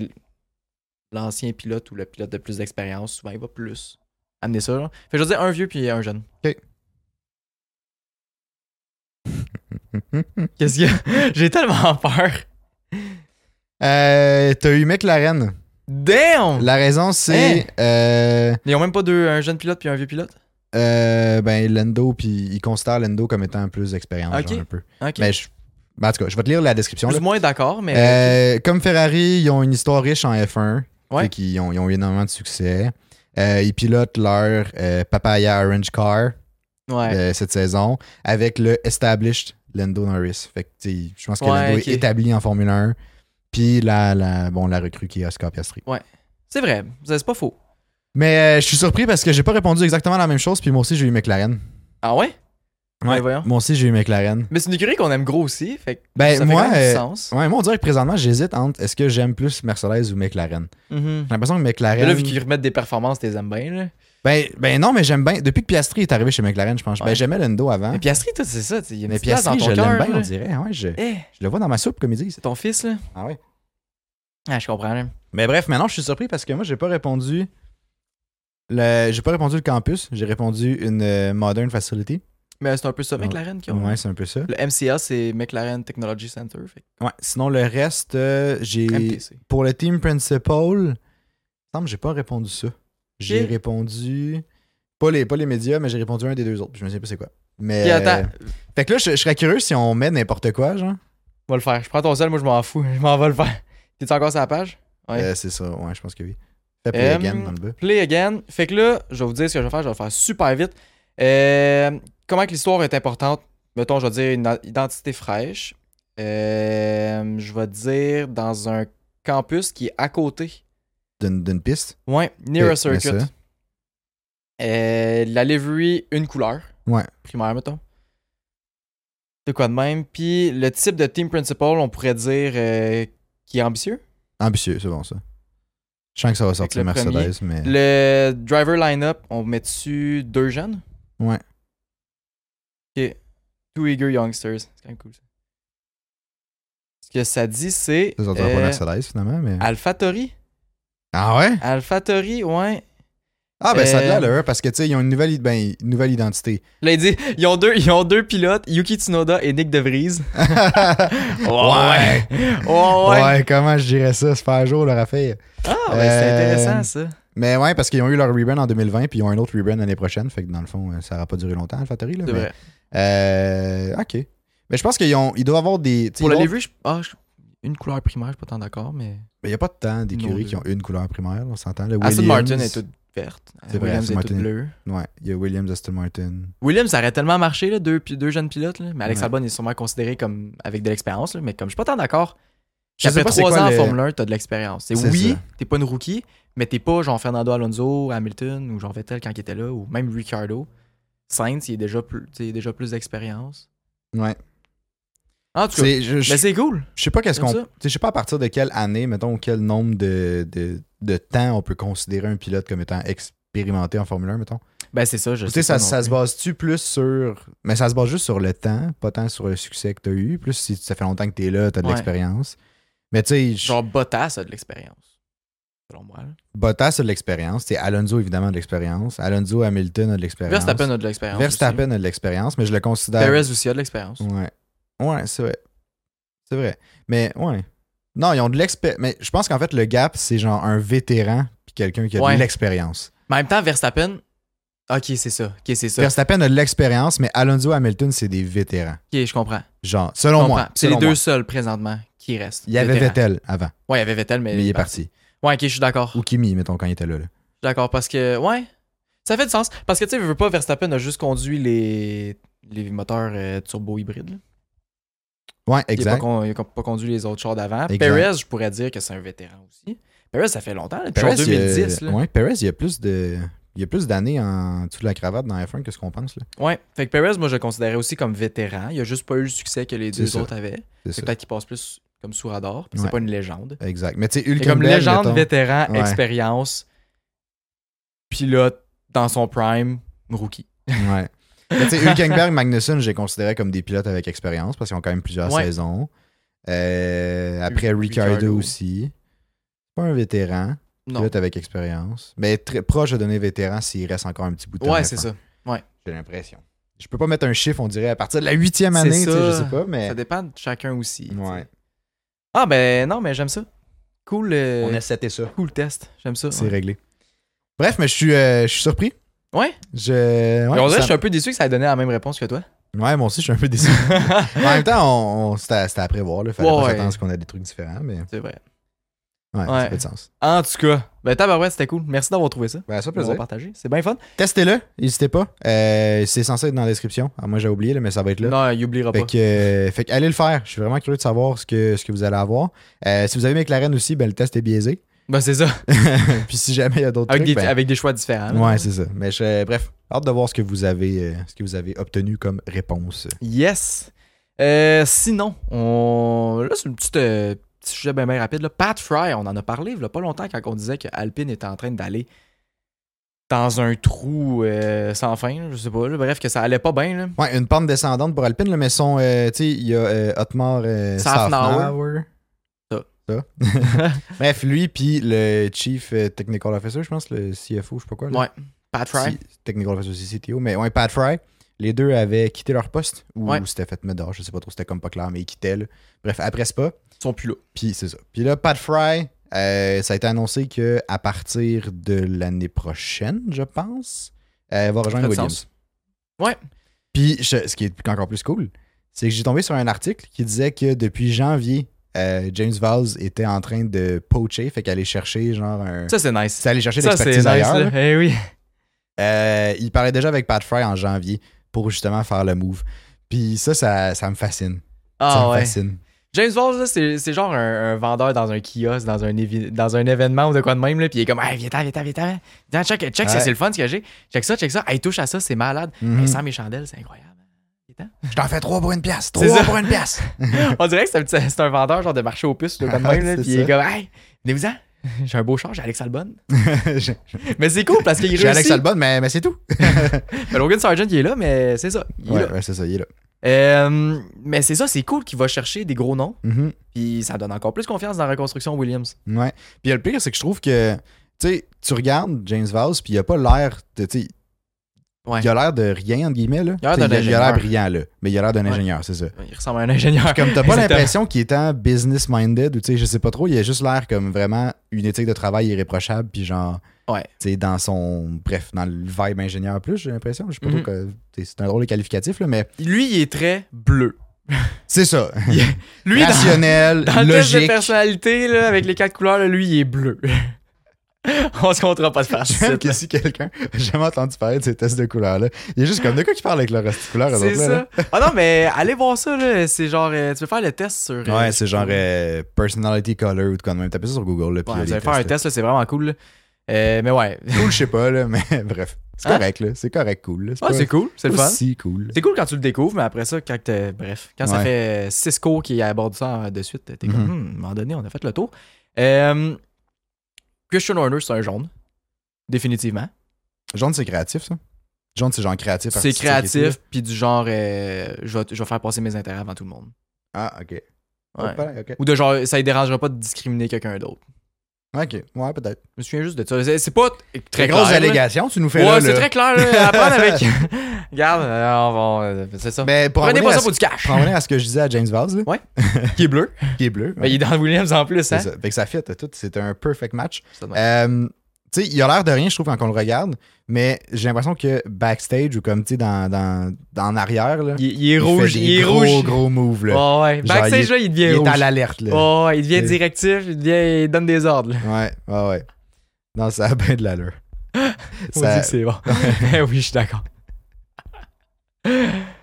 [SPEAKER 1] l'ancien pilote ou le pilote de plus d'expérience, souvent il va plus amener ça. là. Fait que je veux dire un vieux puis un jeune. Qu'est-ce qu'il y a? J'ai tellement peur.
[SPEAKER 3] Euh, T'as eu McLaren.
[SPEAKER 1] Damn!
[SPEAKER 3] La raison,
[SPEAKER 1] Hein?
[SPEAKER 3] c'est. euh,
[SPEAKER 1] Ils ont même pas deux, un jeune pilote puis un vieux pilote?
[SPEAKER 3] euh, ben, Lando, puis il considère Lando comme étant plus expérience,
[SPEAKER 1] Ok.
[SPEAKER 3] genre, un peu.
[SPEAKER 1] Ok.
[SPEAKER 3] Mais je- ben, en tout cas, je vais te lire la description.
[SPEAKER 1] plus
[SPEAKER 3] là.
[SPEAKER 1] ou moins d'accord, mais.
[SPEAKER 3] Euh, Comme Ferrari, ils ont une histoire riche en F1.
[SPEAKER 1] Ouais.
[SPEAKER 3] Qui ont, ils ont eu énormément de succès. Euh, ils pilotent leur euh, Papaya Orange Car
[SPEAKER 1] ouais.
[SPEAKER 3] euh, cette saison avec le established Lando Norris. Fait que, tu sais, je pense que
[SPEAKER 1] Ouais,
[SPEAKER 3] Lando
[SPEAKER 1] ok.
[SPEAKER 3] est établi en Formule 1. Puis la, la, bon, la recrue qui est Oscar Piastri.
[SPEAKER 1] C'est vrai, c'est c'est pas faux.
[SPEAKER 3] Mais euh, je suis surpris parce que j'ai pas répondu exactement la même chose, puis moi aussi j'ai eu McLaren.
[SPEAKER 1] Ah ouais?
[SPEAKER 3] Ouais.
[SPEAKER 1] voyons.
[SPEAKER 3] Moi aussi j'ai eu McLaren.
[SPEAKER 1] Mais c'est une écurie qu'on aime gros aussi, fait que
[SPEAKER 3] Ben,
[SPEAKER 1] ça
[SPEAKER 3] moi,
[SPEAKER 1] fait quand même du
[SPEAKER 3] euh,
[SPEAKER 1] sens.
[SPEAKER 3] Ouais, moi on dirait que présentement j'hésite entre est-ce que j'aime plus Mercedes ou McLaren.
[SPEAKER 1] Mhm.
[SPEAKER 3] J'ai l'impression que
[SPEAKER 1] Mais
[SPEAKER 3] McLaren.
[SPEAKER 1] là, vu qu'ils remettent des performances, t'es aimes bien, là.
[SPEAKER 3] ben, ben non, mais j'aime bien. Depuis que Piastri est arrivé chez McLaren, je pense. Ben
[SPEAKER 1] Ouais.
[SPEAKER 3] j'aimais Lando avant.
[SPEAKER 1] Mais Piastri, toi, c'est ça, tu sais, il y a une
[SPEAKER 3] Mais
[SPEAKER 1] petite place dans
[SPEAKER 3] Piastri,
[SPEAKER 1] ton
[SPEAKER 3] je
[SPEAKER 1] cœur.
[SPEAKER 3] l'aime bien,
[SPEAKER 1] là.
[SPEAKER 3] on dirait. Ouais, je,
[SPEAKER 1] Eh,
[SPEAKER 3] je le vois dans ma soupe, comme ils disent.
[SPEAKER 1] c'est ton fils, là.
[SPEAKER 3] Ah ouais.
[SPEAKER 1] Ah, je comprends, là.
[SPEAKER 3] Mais bref, maintenant je suis surpris parce que moi j'ai pas répondu. Le... J'ai pas répondu le campus, j'ai répondu une euh, Modern Facility.
[SPEAKER 1] Mais c'est un peu ça,
[SPEAKER 3] Ouais.
[SPEAKER 1] McLaren, qui ont.
[SPEAKER 3] Ouais, c'est un peu ça.
[SPEAKER 1] Le MCA, c'est McLaren Technology Center, fait que
[SPEAKER 3] Ouais, sinon le reste, euh, j'ai.
[SPEAKER 1] MTC.
[SPEAKER 3] Pour le team principal, il me semble que j'ai pas répondu ça. J'ai
[SPEAKER 1] Ok.
[SPEAKER 3] répondu. Pas les, pas les médias, mais j'ai répondu un des deux autres. puis Je me souviens pas c'est quoi. Mais.
[SPEAKER 1] Puis attends,
[SPEAKER 3] euh, Fait que là, je, je serais curieux si on met n'importe quoi, genre.
[SPEAKER 1] va le faire. Je prends ton sel, moi, je m'en fous. Je m'en vais le faire. T'es encore sur la page? Ouais.
[SPEAKER 3] Euh, c'est ça, ouais, je pense que oui. Fais play
[SPEAKER 1] Euh,
[SPEAKER 3] again dans le bas.
[SPEAKER 1] Play again. Fait que là, je vais vous dire ce que je vais faire. Je vais le faire super vite. Euh, comment que l'histoire est importante? Mettons, je vais dire une identité fraîche. Euh, je vais dire dans un campus qui est à côté.
[SPEAKER 3] D'une, d'une piste.
[SPEAKER 1] Ouais, near
[SPEAKER 3] Ok,
[SPEAKER 1] a
[SPEAKER 3] mets
[SPEAKER 1] circuit.
[SPEAKER 3] ça.
[SPEAKER 1] Euh, la livery, une couleur.
[SPEAKER 3] Ouais.
[SPEAKER 1] Primaire, mettons. De quoi de même. Puis le type de team principal, on pourrait dire euh, qui est ambitieux.
[SPEAKER 3] Ambitieux, c'est bon ça. Je sens que ça va sortir
[SPEAKER 1] le
[SPEAKER 3] Mercedes,
[SPEAKER 1] premier,
[SPEAKER 3] mais.
[SPEAKER 1] Le driver line-up, on met dessus deux jeunes?
[SPEAKER 3] Ouais.
[SPEAKER 1] Ok. Two eager youngsters. C'est quand même cool ça. Ce que ça dit, c'est.
[SPEAKER 3] Ça sortira pas
[SPEAKER 1] euh,
[SPEAKER 3] Mercedes finalement, mais.
[SPEAKER 1] AlphaTauri.
[SPEAKER 3] Ah ouais?
[SPEAKER 1] AlphaTauri, ouais.
[SPEAKER 3] Ah ben ça a de
[SPEAKER 1] euh,
[SPEAKER 3] l'allure, parce que tu sais, ils ont une nouvelle, i- ben, une nouvelle identité.
[SPEAKER 1] Là, il dit ils ont deux, ils ont deux pilotes, Yuki Tsunoda et Nick DeVries. ouais. Ouais, ouais.
[SPEAKER 3] comment je dirais ça, se faire jour, leur affaire.
[SPEAKER 1] Oh, Ah, ben c'est
[SPEAKER 3] Euh,
[SPEAKER 1] intéressant ça.
[SPEAKER 3] Mais ouais, parce qu'ils ont eu leur rebrand en 2020, puis ils ont un autre rebrand l'année prochaine. Fait que dans le fond, euh, ça n'aura pas duré longtemps, AlphaTauri. Là,
[SPEAKER 1] C'est
[SPEAKER 3] mais-
[SPEAKER 1] vrai.
[SPEAKER 3] Euh, ok. Mais je pense qu'ils ont, ils doivent avoir des.
[SPEAKER 1] Pour le
[SPEAKER 3] livre
[SPEAKER 1] livery, je- ah, je- une couleur primaire, je suis pas tant d'accord, mais.
[SPEAKER 3] Il n'y a pas de temps d'écuries
[SPEAKER 1] Non,
[SPEAKER 3] qui ont une couleur primaire, on s'entend. Le
[SPEAKER 1] Aston
[SPEAKER 3] Williams-
[SPEAKER 1] Martin est toute verte.
[SPEAKER 3] C'est vrai,
[SPEAKER 1] Williams
[SPEAKER 3] Aston
[SPEAKER 1] est toute
[SPEAKER 3] Martin est-
[SPEAKER 1] bleue.
[SPEAKER 3] Ouais, il y a Williams, Aston Martin.
[SPEAKER 1] Williams, ça aurait tellement marché, là, deux, pi- deux jeunes pilotes. là. Mais Alex
[SPEAKER 3] Ouais.
[SPEAKER 1] Albon est sûrement considéré comme avec de l'expérience. là, Mais comme je suis pas tant d'accord,
[SPEAKER 3] Je sais
[SPEAKER 1] après
[SPEAKER 3] pas c'est
[SPEAKER 1] trois
[SPEAKER 3] quoi
[SPEAKER 1] ans en
[SPEAKER 3] le-
[SPEAKER 1] Formule 1, t'as de l'expérience. C'est
[SPEAKER 3] C'est
[SPEAKER 1] oui,
[SPEAKER 3] ça.
[SPEAKER 1] t'es pas une rookie, mais t'es pas genre Fernando Alonso, Hamilton ou Jean Vettel quand il était là, ou même Ricardo. Sainz, il est déjà plus, tu sais, il a déjà plus d'expérience.
[SPEAKER 3] Ouais.
[SPEAKER 1] En tout cas,
[SPEAKER 3] C'est- Je, je,
[SPEAKER 1] mais c'est cool.
[SPEAKER 3] je sais pas qu'est-ce
[SPEAKER 1] J'aime
[SPEAKER 3] qu'on.
[SPEAKER 1] ça.
[SPEAKER 3] tu sais, Je sais pas à partir de quelle année, mettons, quel nombre de, de, de temps on peut considérer un pilote comme étant expérimenté en Formule 1, mettons.
[SPEAKER 1] Ben c'est ça, je
[SPEAKER 3] Tu
[SPEAKER 1] sais
[SPEAKER 3] sais, ça,
[SPEAKER 1] pas non
[SPEAKER 3] ça
[SPEAKER 1] plus.
[SPEAKER 3] se base-tu plus sur. Mais ça se base juste sur le temps, pas tant sur le succès que tu as eu. Plus si ça fait longtemps que tu es là, tu as de
[SPEAKER 1] Ouais.
[SPEAKER 3] l'expérience. Mais tu sais, je-
[SPEAKER 1] Genre Bottas a de l'expérience. Selon moi. là.
[SPEAKER 3] Bottas a de l'expérience. Tu sais, Alonso, évidemment, a de l'expérience. Alonso, Hamilton a de l'expérience.
[SPEAKER 1] Verstappen a de l'expérience.
[SPEAKER 3] Euh, Verstappen Mm. a de l'expérience, mais je le
[SPEAKER 1] aussi.
[SPEAKER 3] considère.
[SPEAKER 1] Perez aussi a de l'expérience.
[SPEAKER 3] Ouais. Ouais, c'est vrai. C'est vrai. Mais ouais. Non, ils ont de l'expérience. Mais je pense qu'en fait, le gap, c'est genre un vétéran puis quelqu'un qui a
[SPEAKER 1] Ouais.
[SPEAKER 3] de l'expérience.
[SPEAKER 1] Mais en même temps, Verstappen. Ok, c'est ça. Ok, c'est ça.
[SPEAKER 3] Verstappen a de l'expérience, mais Alonso Hamilton, c'est des vétérans.
[SPEAKER 1] Ok, je comprends.
[SPEAKER 3] Genre,
[SPEAKER 1] Je
[SPEAKER 3] selon
[SPEAKER 1] comprends.
[SPEAKER 3] moi.
[SPEAKER 1] C'est les
[SPEAKER 3] selon
[SPEAKER 1] deux
[SPEAKER 3] moi.
[SPEAKER 1] seuls présentement qui restent.
[SPEAKER 3] Il y avait
[SPEAKER 1] Vétérans.
[SPEAKER 3] Vettel avant,
[SPEAKER 1] Ouais, il y avait Vettel, mais.
[SPEAKER 3] mais il est parti.
[SPEAKER 1] Ouais, ok, je suis d'accord.
[SPEAKER 3] Ou Kimi, mettons, quand il était là. là.
[SPEAKER 1] Je suis d'accord parce que. Ouais. Ça fait du sens. Parce que tu sais, je veux pas, Verstappen a juste conduit les, les moteurs euh, turbo hybrides. là. Il
[SPEAKER 3] Ouais,
[SPEAKER 1] a pas,
[SPEAKER 3] exact.
[SPEAKER 1] con- il a pas conduit les autres chars d'avant.
[SPEAKER 3] Exact.
[SPEAKER 1] Perez, je pourrais dire que c'est un vétéran aussi. Perez, ça fait longtemps. là. Depuis genre
[SPEAKER 3] il y a-
[SPEAKER 1] 2010. là.
[SPEAKER 3] ouais, Perez, il y a plus de. Il y a plus d'années en dessous de la cravate dans F1 que ce qu'on pense. là.
[SPEAKER 1] Ouais. Fait que Perez, moi, je le considérais aussi comme vétéran. Il a juste pas eu le succès que les
[SPEAKER 3] C'est
[SPEAKER 1] deux
[SPEAKER 3] ça.
[SPEAKER 1] autres avaient. Fait
[SPEAKER 3] C'est ça.
[SPEAKER 1] que Peut-être qu'il passe plus comme sous radar. puis
[SPEAKER 3] Ouais.
[SPEAKER 1] C'est pas une légende.
[SPEAKER 3] Exact. Mais tu sais,
[SPEAKER 1] Et comme
[SPEAKER 3] Hülkenberg,
[SPEAKER 1] légende,
[SPEAKER 3] mettons-
[SPEAKER 1] vétéran,
[SPEAKER 3] Ouais.
[SPEAKER 1] expérience, pilote dans son prime, rookie.
[SPEAKER 3] Ouais. Mais tu sais, Hülkenberg, Magnussen, j'ai considéré comme des pilotes avec expérience parce qu'ils ont quand même plusieurs
[SPEAKER 1] Ouais.
[SPEAKER 3] saisons. Euh, après
[SPEAKER 1] Hu-
[SPEAKER 3] Ricardo,
[SPEAKER 1] Ricciardo.
[SPEAKER 3] aussi. Pas un vétéran,
[SPEAKER 1] Non.
[SPEAKER 3] pilote avec expérience. Mais très proche de donner vétéran s'il reste encore un petit bout de temps.
[SPEAKER 1] Ouais,
[SPEAKER 3] à
[SPEAKER 1] c'est
[SPEAKER 3] faire.
[SPEAKER 1] ça.
[SPEAKER 3] J'ai l'impression. Je peux pas mettre un chiffre, on dirait, à partir de la huitième
[SPEAKER 1] C'est
[SPEAKER 3] année, tu sais,
[SPEAKER 1] ça.
[SPEAKER 3] je sais pas, mais.
[SPEAKER 1] Ça dépend de chacun aussi. tu sais.
[SPEAKER 3] Ouais.
[SPEAKER 1] Ah ben non, mais j'aime ça. Cool, euh,
[SPEAKER 3] On a seté ça.
[SPEAKER 1] cool test. J'aime ça.
[SPEAKER 3] C'est
[SPEAKER 1] ouais.
[SPEAKER 3] réglé. Bref, mais je suis, euh, je suis surpris.
[SPEAKER 1] Ouais.
[SPEAKER 3] Je. ouais,
[SPEAKER 1] Mais on dirait que
[SPEAKER 3] ça-
[SPEAKER 1] je suis un peu déçu que ça ait donné la même réponse que toi.
[SPEAKER 3] Ouais, moi aussi, je suis un peu déçu. en même temps, on, on- c'était à c'était à prévoir. Il fallait
[SPEAKER 1] Ouais,
[SPEAKER 3] pas
[SPEAKER 1] ouais.
[SPEAKER 3] s'attendre à ce qu'on a des trucs différents, mais.
[SPEAKER 1] C'est vrai.
[SPEAKER 3] Ouais,
[SPEAKER 1] Ouais.
[SPEAKER 3] ça fait du sens.
[SPEAKER 1] En tout cas, ben tabarouette, c'était cool. Merci d'avoir trouvé ça.
[SPEAKER 3] Ben, ça fait
[SPEAKER 1] D'avoir
[SPEAKER 3] plaisir.
[SPEAKER 1] partagé. C'est bien fun.
[SPEAKER 3] Testez-le, n'hésitez pas. Euh, c'est censé être dans la description. Ah, moi, j'ai oublié, là, mais ça va être là.
[SPEAKER 1] Non, il oubliera
[SPEAKER 3] Fait
[SPEAKER 1] pas.
[SPEAKER 3] que, euh, fait que allez le faire. Je suis vraiment curieux de savoir ce que, ce que vous allez avoir. Euh, si vous avez McLaren aussi, ben, le test est biaisé.
[SPEAKER 1] Ben c'est ça.
[SPEAKER 3] Puis si jamais il y a d'autres
[SPEAKER 1] Avec
[SPEAKER 3] trucs,
[SPEAKER 1] des,
[SPEAKER 3] ben,
[SPEAKER 1] avec des choix différents. là.
[SPEAKER 3] ouais, c'est ça. Mais je- bref, hâte de voir ce que vous avez, euh, ce que vous avez obtenu comme réponse.
[SPEAKER 1] Yes. Euh, sinon, on... là, c'est un petit, euh, petit sujet bien, bien rapide. là. Pat Fry, on en a parlé il y a pas longtemps quand on disait que Alpine était en train d'aller dans un trou euh, sans fin. là, Je sais pas. là. Bref, que ça allait pas bien. là.
[SPEAKER 3] Ouais, une pente descendante pour Alpine, là, mais son, euh, tu sais, il y a euh, Otmar euh,
[SPEAKER 1] Safnauer.
[SPEAKER 3] Safnauer.
[SPEAKER 1] Ça.
[SPEAKER 3] Ça. Bref, lui, puis le Chief euh, Technical Officer, je pense, le CFO, je sais pas quoi. là.
[SPEAKER 1] Ouais, Pat Fry.
[SPEAKER 3] Si- Technical Officer, c'est CTO. Mais ouais, Pat Fry, les deux avaient quitté leur poste ou
[SPEAKER 1] Ouais.
[SPEAKER 3] c'était fait mettre dehors, je sais pas trop, c'était comme pas clair, mais ils quittaient. là. Bref, après pas.
[SPEAKER 1] Ils sont plus là.
[SPEAKER 3] Puis c'est ça. Puis là, Pat Fry, euh, ça a été annoncé que à partir de l'année prochaine, je pense, euh, elle va rejoindre
[SPEAKER 1] Ça fait du
[SPEAKER 3] Williams.
[SPEAKER 1] sens. Ouais.
[SPEAKER 3] Puis je- ce qui est encore plus cool, c'est que j'ai tombé sur un article qui disait que depuis janvier, euh, James Valls était en train de poacher, fait qu'aller chercher genre un.
[SPEAKER 1] Ça, c'est nice.
[SPEAKER 3] C'est aller chercher
[SPEAKER 1] Ça, c'est
[SPEAKER 3] l'expertise
[SPEAKER 1] nice. là.
[SPEAKER 3] ailleurs. là.
[SPEAKER 1] Eh oui.
[SPEAKER 3] Euh, il parlait déjà avec Pat Fry en janvier pour justement faire le move. Puis ça, ça, ça me fascine. ça
[SPEAKER 1] Ah
[SPEAKER 3] me
[SPEAKER 1] ouais.
[SPEAKER 3] fascine.
[SPEAKER 1] James Bond, là, c'est c'est genre un, un vendeur dans un kiosque, dans un, évi- dans un événement ou de quoi de même, là, puis il est comme, hey, viens t'en, viens t'en, viens t'en. Viens, check, check, ça,
[SPEAKER 3] Ouais.
[SPEAKER 1] c'est le fun ce que j'ai. Check ça, check ça. Hey, touche à ça, c'est malade.
[SPEAKER 3] Mhm.
[SPEAKER 1] Hey, sans mes chandelles, c'est incroyable.
[SPEAKER 3] Je t'en fais trois pour une pièce.
[SPEAKER 1] C'est
[SPEAKER 3] Trois
[SPEAKER 1] ça.
[SPEAKER 3] pour une pièce.
[SPEAKER 1] On dirait que c'est un, petit- c'est un vendeur genre de marché aux puces, de quoi de même, là,
[SPEAKER 3] C'est
[SPEAKER 1] puis il est
[SPEAKER 3] ça.
[SPEAKER 1] comme, hey, venez-vous-en. J'ai un beau char, j'ai Alex Albon. Mais c'est cool parce qu'il
[SPEAKER 3] J'ai
[SPEAKER 1] réussit.
[SPEAKER 3] Alex Albon, mais, mais c'est tout.
[SPEAKER 1] Mais Logan Sargent, il est là, mais c'est ça. Il est
[SPEAKER 3] Ouais,
[SPEAKER 1] là.
[SPEAKER 3] ouais, c'est ça, il est là.
[SPEAKER 1] Euh, mais c'est ça, c'est cool qu'il va chercher des gros noms,
[SPEAKER 3] Mhm.
[SPEAKER 1] puis ça donne encore plus confiance dans la reconstruction Williams.
[SPEAKER 3] Ouais. Puis le pire, c'est que je trouve que, tu sais, tu regardes James Valls, puis il a pas l'air de, tu sais,
[SPEAKER 1] Ouais.
[SPEAKER 3] Il a l'air de rien, entre guillemets. Là.
[SPEAKER 1] Il a l'air d'un
[SPEAKER 3] T'sais, il a l'air
[SPEAKER 1] ingénieur.
[SPEAKER 3] brillant, là. Mais il a l'air d'un
[SPEAKER 1] Ouais.
[SPEAKER 3] ingénieur, c'est ça.
[SPEAKER 1] Il ressemble à un ingénieur.
[SPEAKER 3] Comme t'as pas
[SPEAKER 1] Exactement.
[SPEAKER 3] l'impression qu'il est en business-minded ou tu sais, je sais pas trop, il a juste l'air comme vraiment une éthique de travail irréprochable, puis genre,
[SPEAKER 1] Ouais.
[SPEAKER 3] tu sais, dans son, bref, dans le vibe ingénieur plus, j'ai l'impression. Je sais pas
[SPEAKER 1] Mhm.
[SPEAKER 3] trop que, tu sais, c'est un drôle de qualificatif, là, mais
[SPEAKER 1] Lui, il est très bleu.
[SPEAKER 3] c'est ça.
[SPEAKER 1] Lui, dans-
[SPEAKER 3] Rationnel,
[SPEAKER 1] Dans le test de
[SPEAKER 3] logique.
[SPEAKER 1] personnalité, là, avec les quatre couleurs, là, lui, il est bleu. On se comptera pas de faire ça.
[SPEAKER 3] J'aime que si quelqu'un a jamais entendu parler de ces tests de couleurs-là, il est juste comme de quoi qui parle avec le reste de couleurs. eux
[SPEAKER 1] C'est
[SPEAKER 3] autres, là, là?
[SPEAKER 1] ça. Ah non, mais allez voir ça, là. C'est genre, euh, tu veux faire le test sur. euh,
[SPEAKER 3] Ouais, c'est genre euh, personality color ou de quoi de même. Tapez ça sur Google. Là, puis
[SPEAKER 1] Ouais,
[SPEAKER 3] il y a
[SPEAKER 1] vous
[SPEAKER 3] des
[SPEAKER 1] allez faire un
[SPEAKER 3] tests, là.
[SPEAKER 1] test, là, c'est vraiment cool. là. Euh, mais ouais.
[SPEAKER 3] Cool, je sais pas, là, mais bref. C'est
[SPEAKER 1] Hein?
[SPEAKER 3] correct, là. C'est correct, cool. là.
[SPEAKER 1] Ah,
[SPEAKER 3] pas-
[SPEAKER 1] c'est cool, c'est le
[SPEAKER 3] pas
[SPEAKER 1] fun.
[SPEAKER 3] si cool.
[SPEAKER 1] C'est cool quand tu le découvres, mais après ça, quand t'es. Bref, quand ça
[SPEAKER 3] Ouais.
[SPEAKER 1] fait euh, six cours qui abordent ça euh, de suite, t'es comme,
[SPEAKER 3] Mhm.
[SPEAKER 1] Hum, à un moment donné, on a fait le tour. Euh, Christian Horner, c'est un jaune. Définitivement.
[SPEAKER 3] Jaune, c'est créatif, ça. Jaune, c'est genre créatif.
[SPEAKER 1] C'est
[SPEAKER 3] artistique et tout,
[SPEAKER 1] créatif,
[SPEAKER 3] là.
[SPEAKER 1] puis du genre, euh, je, vais, je vais faire passer mes intérêts avant tout le monde.
[SPEAKER 3] Ah, ok.
[SPEAKER 1] Ouais.
[SPEAKER 3] Oh, pareil, ok.
[SPEAKER 1] Ou de genre, ça ne dérangera pas de discriminer quelqu'un d'autre.
[SPEAKER 3] Ok, ouais, peut-être.
[SPEAKER 1] Je me souviens juste de ça. C'est- C'est pas t- très
[SPEAKER 3] Très grosse
[SPEAKER 1] clair, là.
[SPEAKER 3] allégation, tu nous fais là.
[SPEAKER 1] Ouais, c'est
[SPEAKER 3] là.
[SPEAKER 1] très clair. là, à prendre avec. Regarde, euh, on va- euh, c'est ça.
[SPEAKER 3] Mais Ben, pour
[SPEAKER 1] Prenez
[SPEAKER 3] revenir
[SPEAKER 1] pas
[SPEAKER 3] à
[SPEAKER 1] ça
[SPEAKER 3] ce-
[SPEAKER 1] pour du cash.
[SPEAKER 3] pour revenir à ce que je disais à James Vaz, là,
[SPEAKER 1] Qui est bleu.
[SPEAKER 3] qui est bleu.
[SPEAKER 1] Ben, il est dans Williams en plus,
[SPEAKER 3] C'est
[SPEAKER 1] hein.
[SPEAKER 3] ça. Fait que ça fit, tout. C'est un perfect match.
[SPEAKER 1] Ça doit-
[SPEAKER 3] Euh, tu sais, il a l'air de rien, je trouve, quand on le regarde, mais j'ai l'impression que backstage ou comme, tu sais, dans, dans, en arrière, là,
[SPEAKER 1] Il, il est
[SPEAKER 3] il fait
[SPEAKER 1] rouge.
[SPEAKER 3] des
[SPEAKER 1] Il est
[SPEAKER 3] gros,
[SPEAKER 1] rouge.
[SPEAKER 3] gros moves, là.
[SPEAKER 1] Ouais, ouais.
[SPEAKER 3] Genre,
[SPEAKER 1] Backstage,
[SPEAKER 3] il est-
[SPEAKER 1] là, il
[SPEAKER 3] il
[SPEAKER 1] devient
[SPEAKER 3] est à
[SPEAKER 1] rouge. Oh.
[SPEAKER 3] l'alerte, là.
[SPEAKER 1] Ouais, ouais, il devient
[SPEAKER 3] C'est-
[SPEAKER 1] directif. Il, devient- il donne des ordres. là.
[SPEAKER 3] Ouais, ouais, ouais. Non, ça a bien de l'allure.
[SPEAKER 1] On
[SPEAKER 3] Ça-
[SPEAKER 1] dit que c'est bon.
[SPEAKER 3] Eh
[SPEAKER 1] Ben oui, je suis d'accord.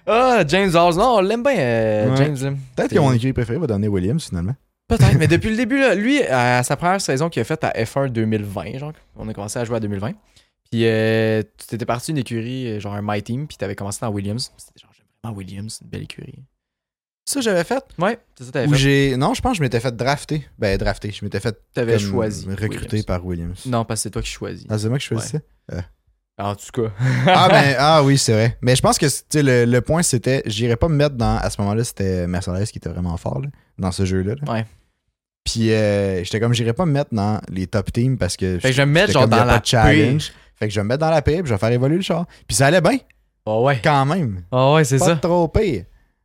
[SPEAKER 1] Ah, James Hawes. Non, on l'aime bien, euh,
[SPEAKER 3] Ouais.
[SPEAKER 1] James. là.
[SPEAKER 3] Peut-être que mon équipe préférée va donner Williams, finalement.
[SPEAKER 1] Peut-être, mais depuis le début, là, lui, à sa première saison qu'il a faite à F1 2020, genre, on a commencé à jouer à 2020. Puis euh, tu t'étais parti d'une écurie, euh, genre un My Team, puis t'avais commencé dans Williams. C'était genre, j'aime vraiment Williams, c'est une belle écurie.
[SPEAKER 3] Ça, j'avais fait.
[SPEAKER 1] Ouais, c'est ça, t'avais
[SPEAKER 3] Ou
[SPEAKER 1] fait.
[SPEAKER 3] j'ai. Non, je pense que je m'étais fait drafter. Ben, drafter. Je m'étais fait.
[SPEAKER 1] T'avais
[SPEAKER 3] comme
[SPEAKER 1] choisi.
[SPEAKER 3] Recruté
[SPEAKER 1] Williams.
[SPEAKER 3] par Williams.
[SPEAKER 1] Non, parce que c'est toi qui choisis.
[SPEAKER 3] Ah, c'est moi qui choisissais.
[SPEAKER 1] En tout cas.
[SPEAKER 3] Ah, ben, ah oui, c'est vrai. Mais je pense que tu sais, le, le point, c'était. J'irais pas me mettre dans. À ce moment-là, c'était Mercedes qui était vraiment fort, là, dans ce jeu-là. là.
[SPEAKER 1] Ouais.
[SPEAKER 3] Puis, euh, j'étais comme, j'irais pas me mettre dans les top teams parce que.
[SPEAKER 1] Fait que je vais me mettre
[SPEAKER 3] j'étais
[SPEAKER 1] genre
[SPEAKER 3] comme, y a
[SPEAKER 1] dans
[SPEAKER 3] pas
[SPEAKER 1] la
[SPEAKER 3] de challenge. Fait que je vais me mettre dans la paix, puis je vais faire évoluer le char. Puis ça allait bien,
[SPEAKER 1] Oh ouais.
[SPEAKER 3] quand même.
[SPEAKER 1] Oh ouais, c'est
[SPEAKER 3] Pas
[SPEAKER 1] ça.
[SPEAKER 3] trop pire.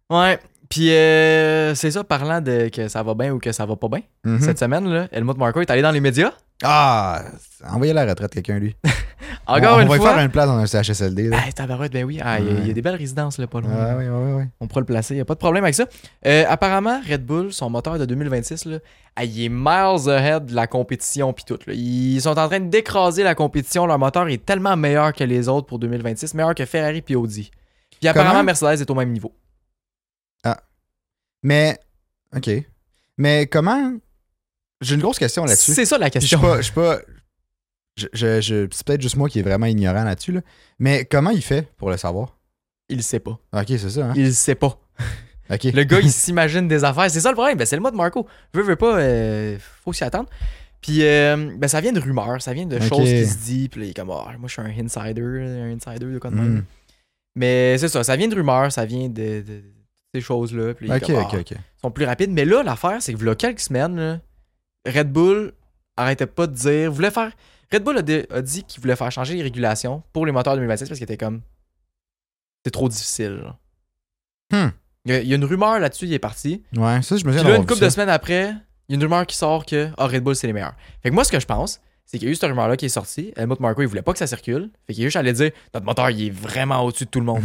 [SPEAKER 1] Ouais. Puis euh, c'est ça, parlant de que ça va bien ou que ça va pas bien.
[SPEAKER 3] Mhm.
[SPEAKER 1] Cette semaine, là, Helmut Marko est allé dans les médias.
[SPEAKER 3] Ah, envoyez la retraite quelqu'un, lui.
[SPEAKER 1] Encore
[SPEAKER 3] on, on
[SPEAKER 1] une
[SPEAKER 3] va lui
[SPEAKER 1] fois.
[SPEAKER 3] faire une place dans un CHSLD. Là.
[SPEAKER 1] Ah, tabarouette, ben oui. Ah, il y a- il y, a des belles résidences là, pas loin.
[SPEAKER 3] Ah, oui, oui, oui.
[SPEAKER 1] On pourra le placer, il a pas de problème avec ça. Euh, apparemment, Red Bull, son moteur de 2026, là, ah, il est miles ahead de la compétition puis tout. là. Ils sont en train d'écraser la compétition. Leur moteur est tellement meilleur que les autres pour 2026, meilleur que Ferrari puis Audi. Puis apparemment,
[SPEAKER 3] Comment?
[SPEAKER 1] Mercedes est au même niveau.
[SPEAKER 3] Mais, OK. Mais comment. J'ai une grosse question là-dessus.
[SPEAKER 1] C'est ça la
[SPEAKER 3] Puis Je suis
[SPEAKER 1] question.
[SPEAKER 3] pas. Je suis pas. je- je- je- c'est peut-être juste moi qui est vraiment ignorant là-dessus, là. mais comment il fait pour le savoir?
[SPEAKER 1] Il le sait pas.
[SPEAKER 3] Ok, c'est ça, hein?
[SPEAKER 1] Il le sait pas.
[SPEAKER 3] Ok. Hmm.
[SPEAKER 1] Le gars, il s'imagine des affaires. C'est ça le problème. Ben, c'est le mode Marco. Veux, veux pas, euh, faut s'y attendre. Puis euh, ben, ça vient de rumeurs, ça vient de
[SPEAKER 3] Ok.
[SPEAKER 1] choses qui se disent. Puis là, il est comme, Ah, moi je suis un insider, un insider de quoi de même.
[SPEAKER 3] Hmm.
[SPEAKER 1] Mais c'est ça, ça vient de rumeurs, ça vient de, de- de ces choses-là. Puis là, il est
[SPEAKER 3] Ok,
[SPEAKER 1] comme, Ah,
[SPEAKER 3] ok, ok.
[SPEAKER 1] ils sont plus rapides. Mais là, l'affaire, c'est que v'là quelques semaines, là, Red Bull arrêtait pas de dire, voulait faire. Red Bull a, dé- a dit qu'il voulait faire changer les régulations pour les moteurs 2026 parce qu'il était comme. C'est trop difficile. genre.
[SPEAKER 3] Hmm.
[SPEAKER 1] Il y a- il y a une rumeur là-dessus, il est parti.
[SPEAKER 3] Ouais, ça, je me
[SPEAKER 1] Puis
[SPEAKER 3] souviens
[SPEAKER 1] là,
[SPEAKER 3] d'avoir
[SPEAKER 1] une
[SPEAKER 3] vu
[SPEAKER 1] couple
[SPEAKER 3] ça.
[SPEAKER 1] de semaines après, il y a une rumeur qui sort que ah, Red Bull, c'est les meilleurs. Fait que moi, ce que je pense, c'est qu'il y a eu cette rumeur-là qui est sortie. Helmut Marko, il voulait pas que ça circule. Fait qu'il est juste allé dire notre moteur, il est vraiment au-dessus de tout le monde.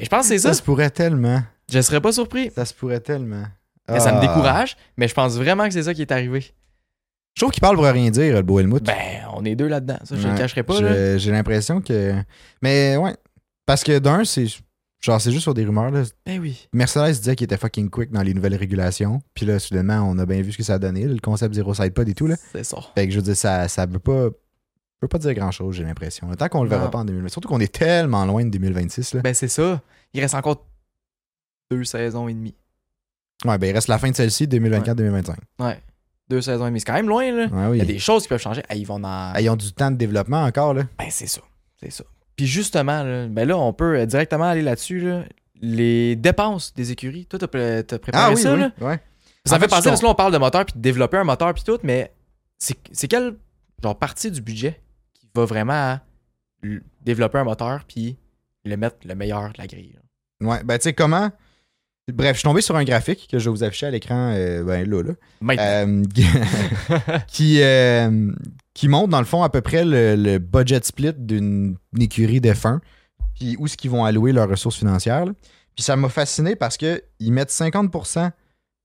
[SPEAKER 1] Et je pense que c'est ça.
[SPEAKER 3] Ça se pourrait tellement.
[SPEAKER 1] Je serais pas surpris.
[SPEAKER 3] Ça se pourrait tellement.
[SPEAKER 1] Mais Ça me
[SPEAKER 3] Ah.
[SPEAKER 1] décourage, mais je pense vraiment que c'est ça qui est arrivé.
[SPEAKER 3] Je trouve qu'il parle pour rien dire, le beau Helmut.
[SPEAKER 1] Ben, on est deux là-dedans. Ça, je le
[SPEAKER 3] Ouais.
[SPEAKER 1] cacherai pas.
[SPEAKER 3] Je-
[SPEAKER 1] là.
[SPEAKER 3] J'ai l'impression que. Mais ouais. Parce que d'un, c'est. Genre, c'est juste sur des rumeurs. Là.
[SPEAKER 1] Ben oui.
[SPEAKER 3] Mercedes disait qu'il était fucking quick dans les nouvelles régulations. Puis là, soudainement, on a bien vu ce que ça a donné, là, le concept zéro sidepod et tout. Là.
[SPEAKER 1] C'est ça.
[SPEAKER 3] Fait que je veux dire, ça, ça veut pas. peut pas dire grand chose, j'ai l'impression. là. Tant qu'on le verra
[SPEAKER 1] Non.
[SPEAKER 3] pas en 2026. Surtout qu'on est tellement loin de 2026. Là.
[SPEAKER 1] Ben, c'est ça. Il reste encore deux saisons et demie.
[SPEAKER 3] Ouais, ben il reste la fin de celle-ci, 2024-2025.
[SPEAKER 1] Ouais. Deux saisons et demie. C'est quand même loin, là.
[SPEAKER 3] Ouais,
[SPEAKER 1] Il
[SPEAKER 3] oui.
[SPEAKER 1] y a des choses qui peuvent changer. Ah, ils vont dans.
[SPEAKER 3] Ah, Ils ont du temps de développement encore, là.
[SPEAKER 1] Ben, c'est ça. C'est ça. Puis justement, là, ben là, on peut euh, directement aller là-dessus. là. Les dépenses des écuries. Toi, t'as pré- t'as préparé ça, là.
[SPEAKER 3] Ah Ouais.
[SPEAKER 1] Ça
[SPEAKER 3] En
[SPEAKER 1] fait
[SPEAKER 3] fait,
[SPEAKER 1] penser,
[SPEAKER 3] je
[SPEAKER 1] parce que là, on parle de moteur, puis de développer un moteur, puis tout, mais c'est c'est quelle genre, partie du budget qui va vraiment à l- développer un moteur puis le mettre le meilleur de la grille. là.
[SPEAKER 3] Ouais, ben tu sais comment. Bref, je suis tombé sur un graphique que je vais vous afficher à l'écran, euh, ben là, là.
[SPEAKER 1] Maintenant.
[SPEAKER 3] Euh, qui, euh, qui montre dans le fond à peu près le, le budget split d'une écurie de F1, puis où est-ce qu'ils vont allouer leurs ressources financières. là. Puis ça m'a fasciné parce que ils mettent 50%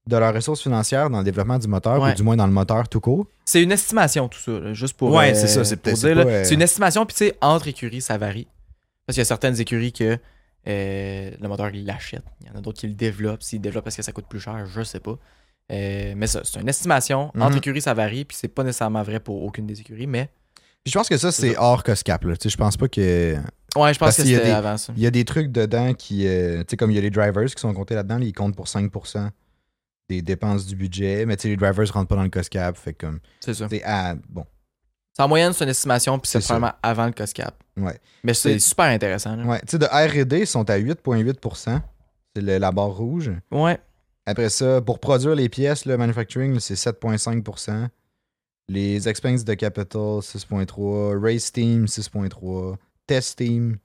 [SPEAKER 3] de leurs ressources financières dans le développement du moteur,
[SPEAKER 1] Ouais.
[SPEAKER 3] ou du moins dans le moteur tout court.
[SPEAKER 1] C'est une estimation, tout ça, là, juste pour.
[SPEAKER 3] Ouais,
[SPEAKER 1] euh,
[SPEAKER 3] c'est ça, c'est
[SPEAKER 1] pour
[SPEAKER 3] peut-être-
[SPEAKER 1] dire,
[SPEAKER 3] c'est
[SPEAKER 1] là.
[SPEAKER 3] pas, euh,
[SPEAKER 1] C'est une estimation, puis tu sais, entre écuries, ça varie. Parce qu'il y a certaines écuries que euh, le moteur, il l'achète. Il y en a d'autres qui le développent. S'ils le développent parce que ça coûte plus cher, je sais pas. Euh, mais ça, c'est une estimation. Entre
[SPEAKER 3] Mhm.
[SPEAKER 1] écuries, ça varie, puis c'est pas nécessairement vrai pour aucune des écuries, mais.
[SPEAKER 3] Puis je pense que ça,
[SPEAKER 1] C'est
[SPEAKER 3] c'est
[SPEAKER 1] ça.
[SPEAKER 3] hors Coscap. là. Tu sais, Je pense pas que.
[SPEAKER 1] Ouais, je pense
[SPEAKER 3] Parce
[SPEAKER 1] que
[SPEAKER 3] qu'il y a
[SPEAKER 1] c'était
[SPEAKER 3] des-
[SPEAKER 1] avant ça.
[SPEAKER 3] Il y a des trucs dedans qui. euh, tu sais, comme il y a les drivers qui sont comptés là-dedans, ils comptent pour 5% des dépenses du budget. Mais tu sais, les drivers rentrent pas dans le COSCAP. Fait que comme.
[SPEAKER 1] C'est ça.
[SPEAKER 3] tu sais, ah, bon.
[SPEAKER 1] C'est en moyenne, c'est une estimation, puis c'est
[SPEAKER 3] C'est ça.
[SPEAKER 1] probablement avant le COSCAP.
[SPEAKER 3] Ouais.
[SPEAKER 1] Mais c'est
[SPEAKER 3] C'est-
[SPEAKER 1] super intéressant. là.
[SPEAKER 3] Ouais. Tu sais, de RD, ils sont à 8,8%. C'est le- la barre rouge.
[SPEAKER 1] Ouais.
[SPEAKER 3] Après ça, pour produire les pièces, le manufacturing, c'est 7,5%. Les expenses de capital, 6,3%. Race team, 6,3%. Test team,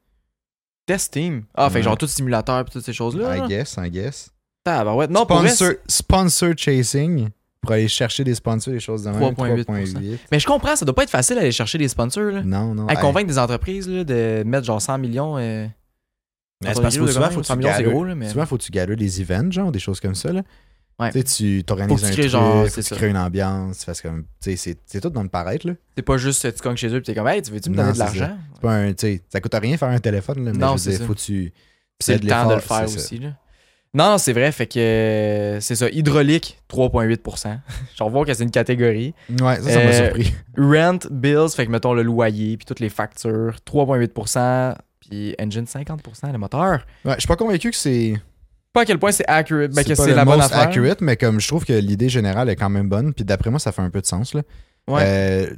[SPEAKER 1] Test team. Ah, fait que
[SPEAKER 3] Ouais.
[SPEAKER 1] genre tout simulateur, puis toutes ces choses-là. là.
[SPEAKER 3] I guess, I guess.
[SPEAKER 1] Tabarouette. Non, pour vrai,
[SPEAKER 3] sponsor, sponsor chasing pour aller chercher des sponsors, des choses de même.
[SPEAKER 1] 3,8%.
[SPEAKER 3] 3,8.
[SPEAKER 1] Mais je comprends, ça doit pas être facile d'aller chercher des sponsors. Là.
[SPEAKER 3] Non, non.
[SPEAKER 1] À
[SPEAKER 3] hey,
[SPEAKER 1] convaincre des entreprises là, de mettre genre 100 millions. Euh,
[SPEAKER 3] Mais c'est
[SPEAKER 1] dans ton
[SPEAKER 3] parce que
[SPEAKER 1] équipe de
[SPEAKER 3] souvent,
[SPEAKER 1] commerce,
[SPEAKER 3] faut que tu
[SPEAKER 1] 100 millions, c'est
[SPEAKER 3] galères.
[SPEAKER 1] gros, là, mais.
[SPEAKER 3] Souvent, faut que tu galues des events, genre, des choses comme ça. Là.
[SPEAKER 1] Ouais.
[SPEAKER 3] Tu sais, tu
[SPEAKER 1] Faut que
[SPEAKER 3] t'organises
[SPEAKER 1] tu
[SPEAKER 3] un
[SPEAKER 1] crées,
[SPEAKER 3] truc,
[SPEAKER 1] genre,
[SPEAKER 3] faut
[SPEAKER 1] c'est
[SPEAKER 3] que tu
[SPEAKER 1] ça.
[SPEAKER 3] crées une ambiance. tu fasses comme, tu sais, c'est c'est tout dans le paraître. Là.
[SPEAKER 1] C'est pas juste euh, tu cognes chez eux et t'es comme, hey, tu veux-tu me
[SPEAKER 3] Non,
[SPEAKER 1] donner de
[SPEAKER 3] c'est
[SPEAKER 1] l'argent
[SPEAKER 3] C'est pas un, tu sais, ça coûte rien faire un téléphone, là, mais
[SPEAKER 1] Non,
[SPEAKER 3] je veux
[SPEAKER 1] c'est
[SPEAKER 3] dire,
[SPEAKER 1] ça.
[SPEAKER 3] faut que tu...
[SPEAKER 1] C'est le
[SPEAKER 3] de
[SPEAKER 1] temps de le
[SPEAKER 3] l'effort,
[SPEAKER 1] faire
[SPEAKER 3] c'est ça.
[SPEAKER 1] aussi. Là. Non, non, c'est vrai, fait que euh, c'est ça. Hydraulique, 3,8%. Genre, voir que c'est une catégorie.
[SPEAKER 3] Ouais, ça, ça m'a
[SPEAKER 1] Euh,
[SPEAKER 3] surpris.
[SPEAKER 1] Rent, bills, fait que mettons le loyer, puis toutes les factures, 3,8%, puis engine 50%, le moteur.
[SPEAKER 3] Ouais, je suis pas convaincu que c'est
[SPEAKER 1] Pas à quel point c'est accurate, ben,
[SPEAKER 3] c'est
[SPEAKER 1] que
[SPEAKER 3] pas
[SPEAKER 1] c'est
[SPEAKER 3] le
[SPEAKER 1] la bonne
[SPEAKER 3] most
[SPEAKER 1] affaire.
[SPEAKER 3] accurate, mais comme je trouve que l'idée générale est quand même bonne, puis d'après moi, ça fait un peu de sens, là.
[SPEAKER 1] Ouais.
[SPEAKER 3] Euh,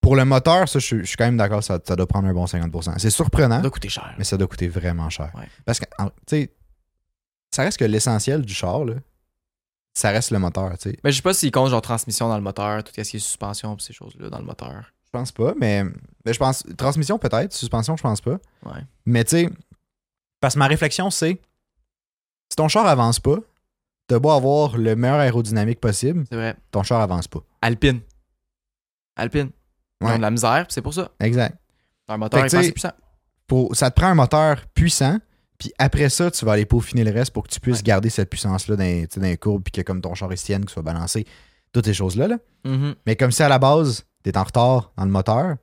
[SPEAKER 3] pour le moteur, ça, je, suis- je suis quand même d'accord, ça, ça doit prendre un bon 50%. C'est surprenant,
[SPEAKER 1] Ça doit coûter cher.
[SPEAKER 3] hein? mais ça doit coûter vraiment cher.
[SPEAKER 1] Ouais.
[SPEAKER 3] Parce que, en- tu sais, ça reste que l'essentiel du char, là, ça reste le moteur, tu sais.
[SPEAKER 1] Mais Ben, je sais pas s'ils comptent genre transmission dans le moteur, tout ce qui est suspension pis ces choses-là dans le moteur.
[SPEAKER 3] Je pense pas, mais, mais je pense. Transmission peut-être, suspension, je pense pas.
[SPEAKER 1] Ouais.
[SPEAKER 3] Mais tu sais, parce que ma réflexion, c'est si ton char avance pas, t'as beau avoir le meilleur aérodynamique possible,
[SPEAKER 1] C'est vrai.
[SPEAKER 3] ton char avance pas.
[SPEAKER 1] Alpine. Alpine. Ils
[SPEAKER 3] Ouais.
[SPEAKER 1] ont de la misère, pis c'est pour ça.
[SPEAKER 3] Exact.
[SPEAKER 1] Leur moteur
[SPEAKER 3] Fait
[SPEAKER 1] est pas
[SPEAKER 3] que tu
[SPEAKER 1] assez
[SPEAKER 3] sais-
[SPEAKER 1] puissant.
[SPEAKER 3] Pour, ça te prend un moteur puissant, puis après ça, tu vas aller peaufiner le reste pour que tu puisses
[SPEAKER 1] Ouais.
[SPEAKER 3] garder cette puissance-là dans, les- tu sais, dans les courbes, puis que comme ton char est tienne, qu'il soit balancé, toutes ces choses-là. Là.
[SPEAKER 1] Mhm.
[SPEAKER 3] Mais comme si à la base, t'es en retard dans le moteur,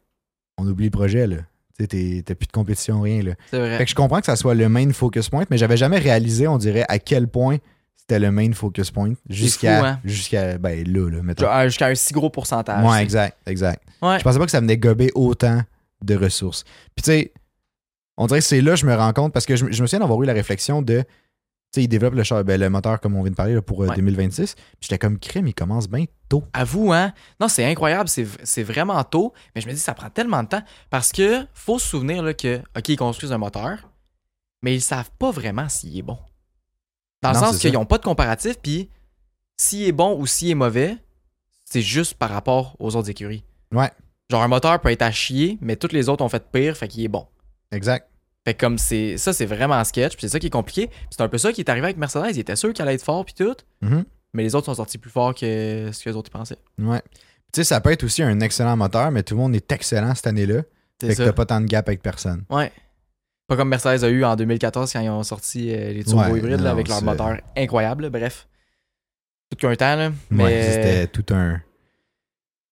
[SPEAKER 3] on oublie le projet, là. Tu sais, t'es- t'as plus de compétition, rien, là.
[SPEAKER 1] C'est vrai.
[SPEAKER 3] Fait que je comprends que ça soit le main focus point, mais j'avais jamais réalisé, on dirait, à quel point c'était le main focus point
[SPEAKER 1] fou,
[SPEAKER 3] jusqu'à
[SPEAKER 1] hein?
[SPEAKER 3] jusqu'à ben là là mettons.
[SPEAKER 1] Genre, euh, Jusqu'à un si gros pourcentage.
[SPEAKER 3] ouais, exact, exact.
[SPEAKER 1] Ouais.
[SPEAKER 3] Je pensais pas que ça venait gober autant de ressources. Puis tu sais, on dirait que c'est là que je me rends compte parce que je, je me souviens d'avoir eu la réflexion de tu sais, ils développent le, char- ben, le moteur comme on vient de parler là, pour euh,
[SPEAKER 1] Ouais.
[SPEAKER 3] 2026, puis j'étais comme crème, il commence bien tôt.
[SPEAKER 1] Avoue, hein? Non, c'est incroyable, c'est c'est vraiment tôt, mais je me dis, ça prend tellement de temps parce que faut se souvenir là, que, OK, ils construisent un moteur, mais ils savent pas vraiment s'il est bon. Dans le
[SPEAKER 3] Non,
[SPEAKER 1] sens
[SPEAKER 3] c'est
[SPEAKER 1] qu'ils
[SPEAKER 3] ça.
[SPEAKER 1] n'ont pas de comparatif, puis s'il est bon ou s'il est mauvais, c'est juste par rapport aux autres écuries.
[SPEAKER 3] Ouais.
[SPEAKER 1] Genre, un moteur peut être à chier, mais toutes les autres ont fait pire, fait qu'il est bon.
[SPEAKER 3] Exact.
[SPEAKER 1] Fait que comme c'est ça, c'est vraiment sketch, puis c'est ça qui est compliqué. Puis C'est un peu ça qui est arrivé avec Mercedes, ils étaient sûrs qu'il allait être fort, puis tout,
[SPEAKER 3] Mhm.
[SPEAKER 1] mais les autres sont sortis plus forts que ce que les autres y pensaient.
[SPEAKER 3] Ouais. Tu sais, ça peut être aussi un excellent moteur, mais tout le monde est excellent cette année-là.
[SPEAKER 1] C'est
[SPEAKER 3] Fait que
[SPEAKER 1] ça.
[SPEAKER 3] t'as pas tant de gap avec personne.
[SPEAKER 1] Ouais. Pas comme Mercedes a eu en 2014 quand ils ont sorti euh, les turbos
[SPEAKER 3] Ouais,
[SPEAKER 1] hybrides là,
[SPEAKER 3] non,
[SPEAKER 1] avec leur
[SPEAKER 3] c'est-
[SPEAKER 1] moteur incroyable. là. Bref. Tout qu'un temps, là. Mais
[SPEAKER 3] Ouais, c'était tout un.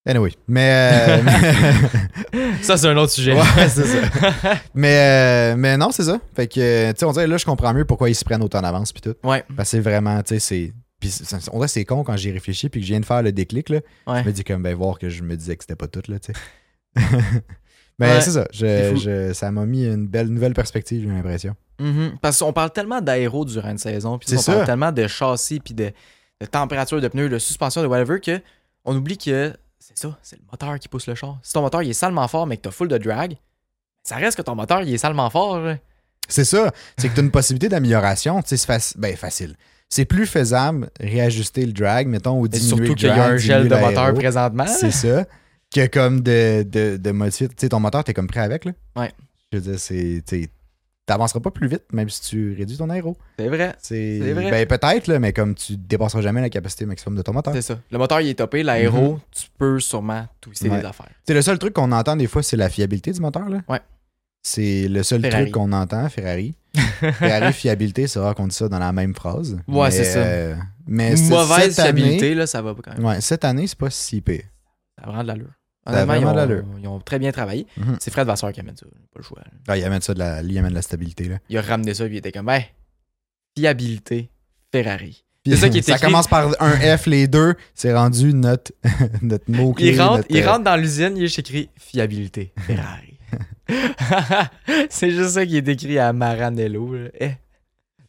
[SPEAKER 3] Anyway, mais. euh,
[SPEAKER 1] ça, c'est un autre sujet.
[SPEAKER 3] Ouais, c'est ça. mais, euh, mais non, c'est ça. Fait que, euh, tu sais, on dirait là, je comprends mieux pourquoi ils se prennent autant d'avance puis tout.
[SPEAKER 1] Ouais.
[SPEAKER 3] Parce que c'est vraiment, tu sais, c'est. Puis ça- on dirait que c'est con quand j'y réfléchis puis que je viens de faire le déclic, là.
[SPEAKER 1] Ouais.
[SPEAKER 3] Je me dis comme, ben, voir que je me disais que c'était pas tout, là, tu sais. mais
[SPEAKER 1] Ouais.
[SPEAKER 3] c'est ça. Je-
[SPEAKER 1] C'est fou.
[SPEAKER 3] je- ça m'a mis une belle nouvelle perspective, j'ai l'impression.
[SPEAKER 1] Mhm. Parce qu'on parle tellement d'aéro durant une saison, puis
[SPEAKER 3] C'est
[SPEAKER 1] on parle
[SPEAKER 3] ça.
[SPEAKER 1] tellement de châssis, puis de, de température de pneus, de suspension, de whatever, que on oublie que c'est ça, c'est le moteur qui pousse le char. Si ton moteur il est salement fort, mais que t'as full de drag, ça reste que ton moteur il est salement fort. là.
[SPEAKER 3] C'est ça. C'est que tu as une possibilité d'amélioration. Tu sais, c'est faci- ben, facile. C'est plus faisable réajuster le drag, mettons, ou
[SPEAKER 1] Et
[SPEAKER 3] diminuer
[SPEAKER 1] surtout
[SPEAKER 3] le
[SPEAKER 1] qu'il y
[SPEAKER 3] drag.
[SPEAKER 1] a un gel de
[SPEAKER 3] diminuer
[SPEAKER 1] moteur
[SPEAKER 3] l'aéro.
[SPEAKER 1] présentement. là.
[SPEAKER 3] C'est ça. que comme de, de, de modifier. Tu sais, ton moteur, t'es comme prêt avec, là.
[SPEAKER 1] Ouais.
[SPEAKER 3] Je veux dire, c'est. tu sais, T'avanceras pas plus vite, même si tu réduis ton aéro.
[SPEAKER 1] C'est vrai.
[SPEAKER 3] C'est
[SPEAKER 1] C'est vrai.
[SPEAKER 3] Ben, peut-être, là, mais comme tu dépasseras jamais la capacité maximum de ton moteur.
[SPEAKER 1] C'est ça. Le moteur, il est topé. L'aéro, tu peux sûrement twister
[SPEAKER 3] Mhm. Ouais.
[SPEAKER 1] des affaires.
[SPEAKER 3] C'est le seul truc qu'on entend des fois, c'est la fiabilité du moteur, là.
[SPEAKER 1] Ouais.
[SPEAKER 3] C'est le seul
[SPEAKER 1] Ferrari.
[SPEAKER 3] truc qu'on entend, Ferrari. Ferrari, fiabilité, c'est rare qu'on dit ça dans la même phrase.
[SPEAKER 1] Ouais,
[SPEAKER 3] Mais,
[SPEAKER 1] c'est ça.
[SPEAKER 3] euh, mais c'est-
[SPEAKER 1] Mauvaise
[SPEAKER 3] cette année-
[SPEAKER 1] fiabilité, là, ça va pas quand même.
[SPEAKER 3] ouais, cette année, c'est pas si pire.
[SPEAKER 1] Ça prend de l'allure.
[SPEAKER 3] Ça a
[SPEAKER 1] Honnêtement, ils
[SPEAKER 3] vraiment de
[SPEAKER 1] ont,
[SPEAKER 3] l'allure.
[SPEAKER 1] ils ont très bien travaillé.
[SPEAKER 3] Mhm.
[SPEAKER 1] C'est Fred Vasseur qui amène ça. Pas le choix.
[SPEAKER 3] Ah, il amène ça de la, lui, il amène de la stabilité, là.
[SPEAKER 1] Il a ramené ça, puis il était comme, ben, fiabilité Ferrari. C'est ça qui est écrit.
[SPEAKER 3] commence par un F, les deux. C'est rendu notre, notre mot-clé.
[SPEAKER 1] Il rentre,
[SPEAKER 3] notre,
[SPEAKER 1] il
[SPEAKER 3] euh,
[SPEAKER 1] rentre dans l'usine, il est écrit fiabilité Ferrari. c'est juste ça qui est écrit à Maranello. là. Eh.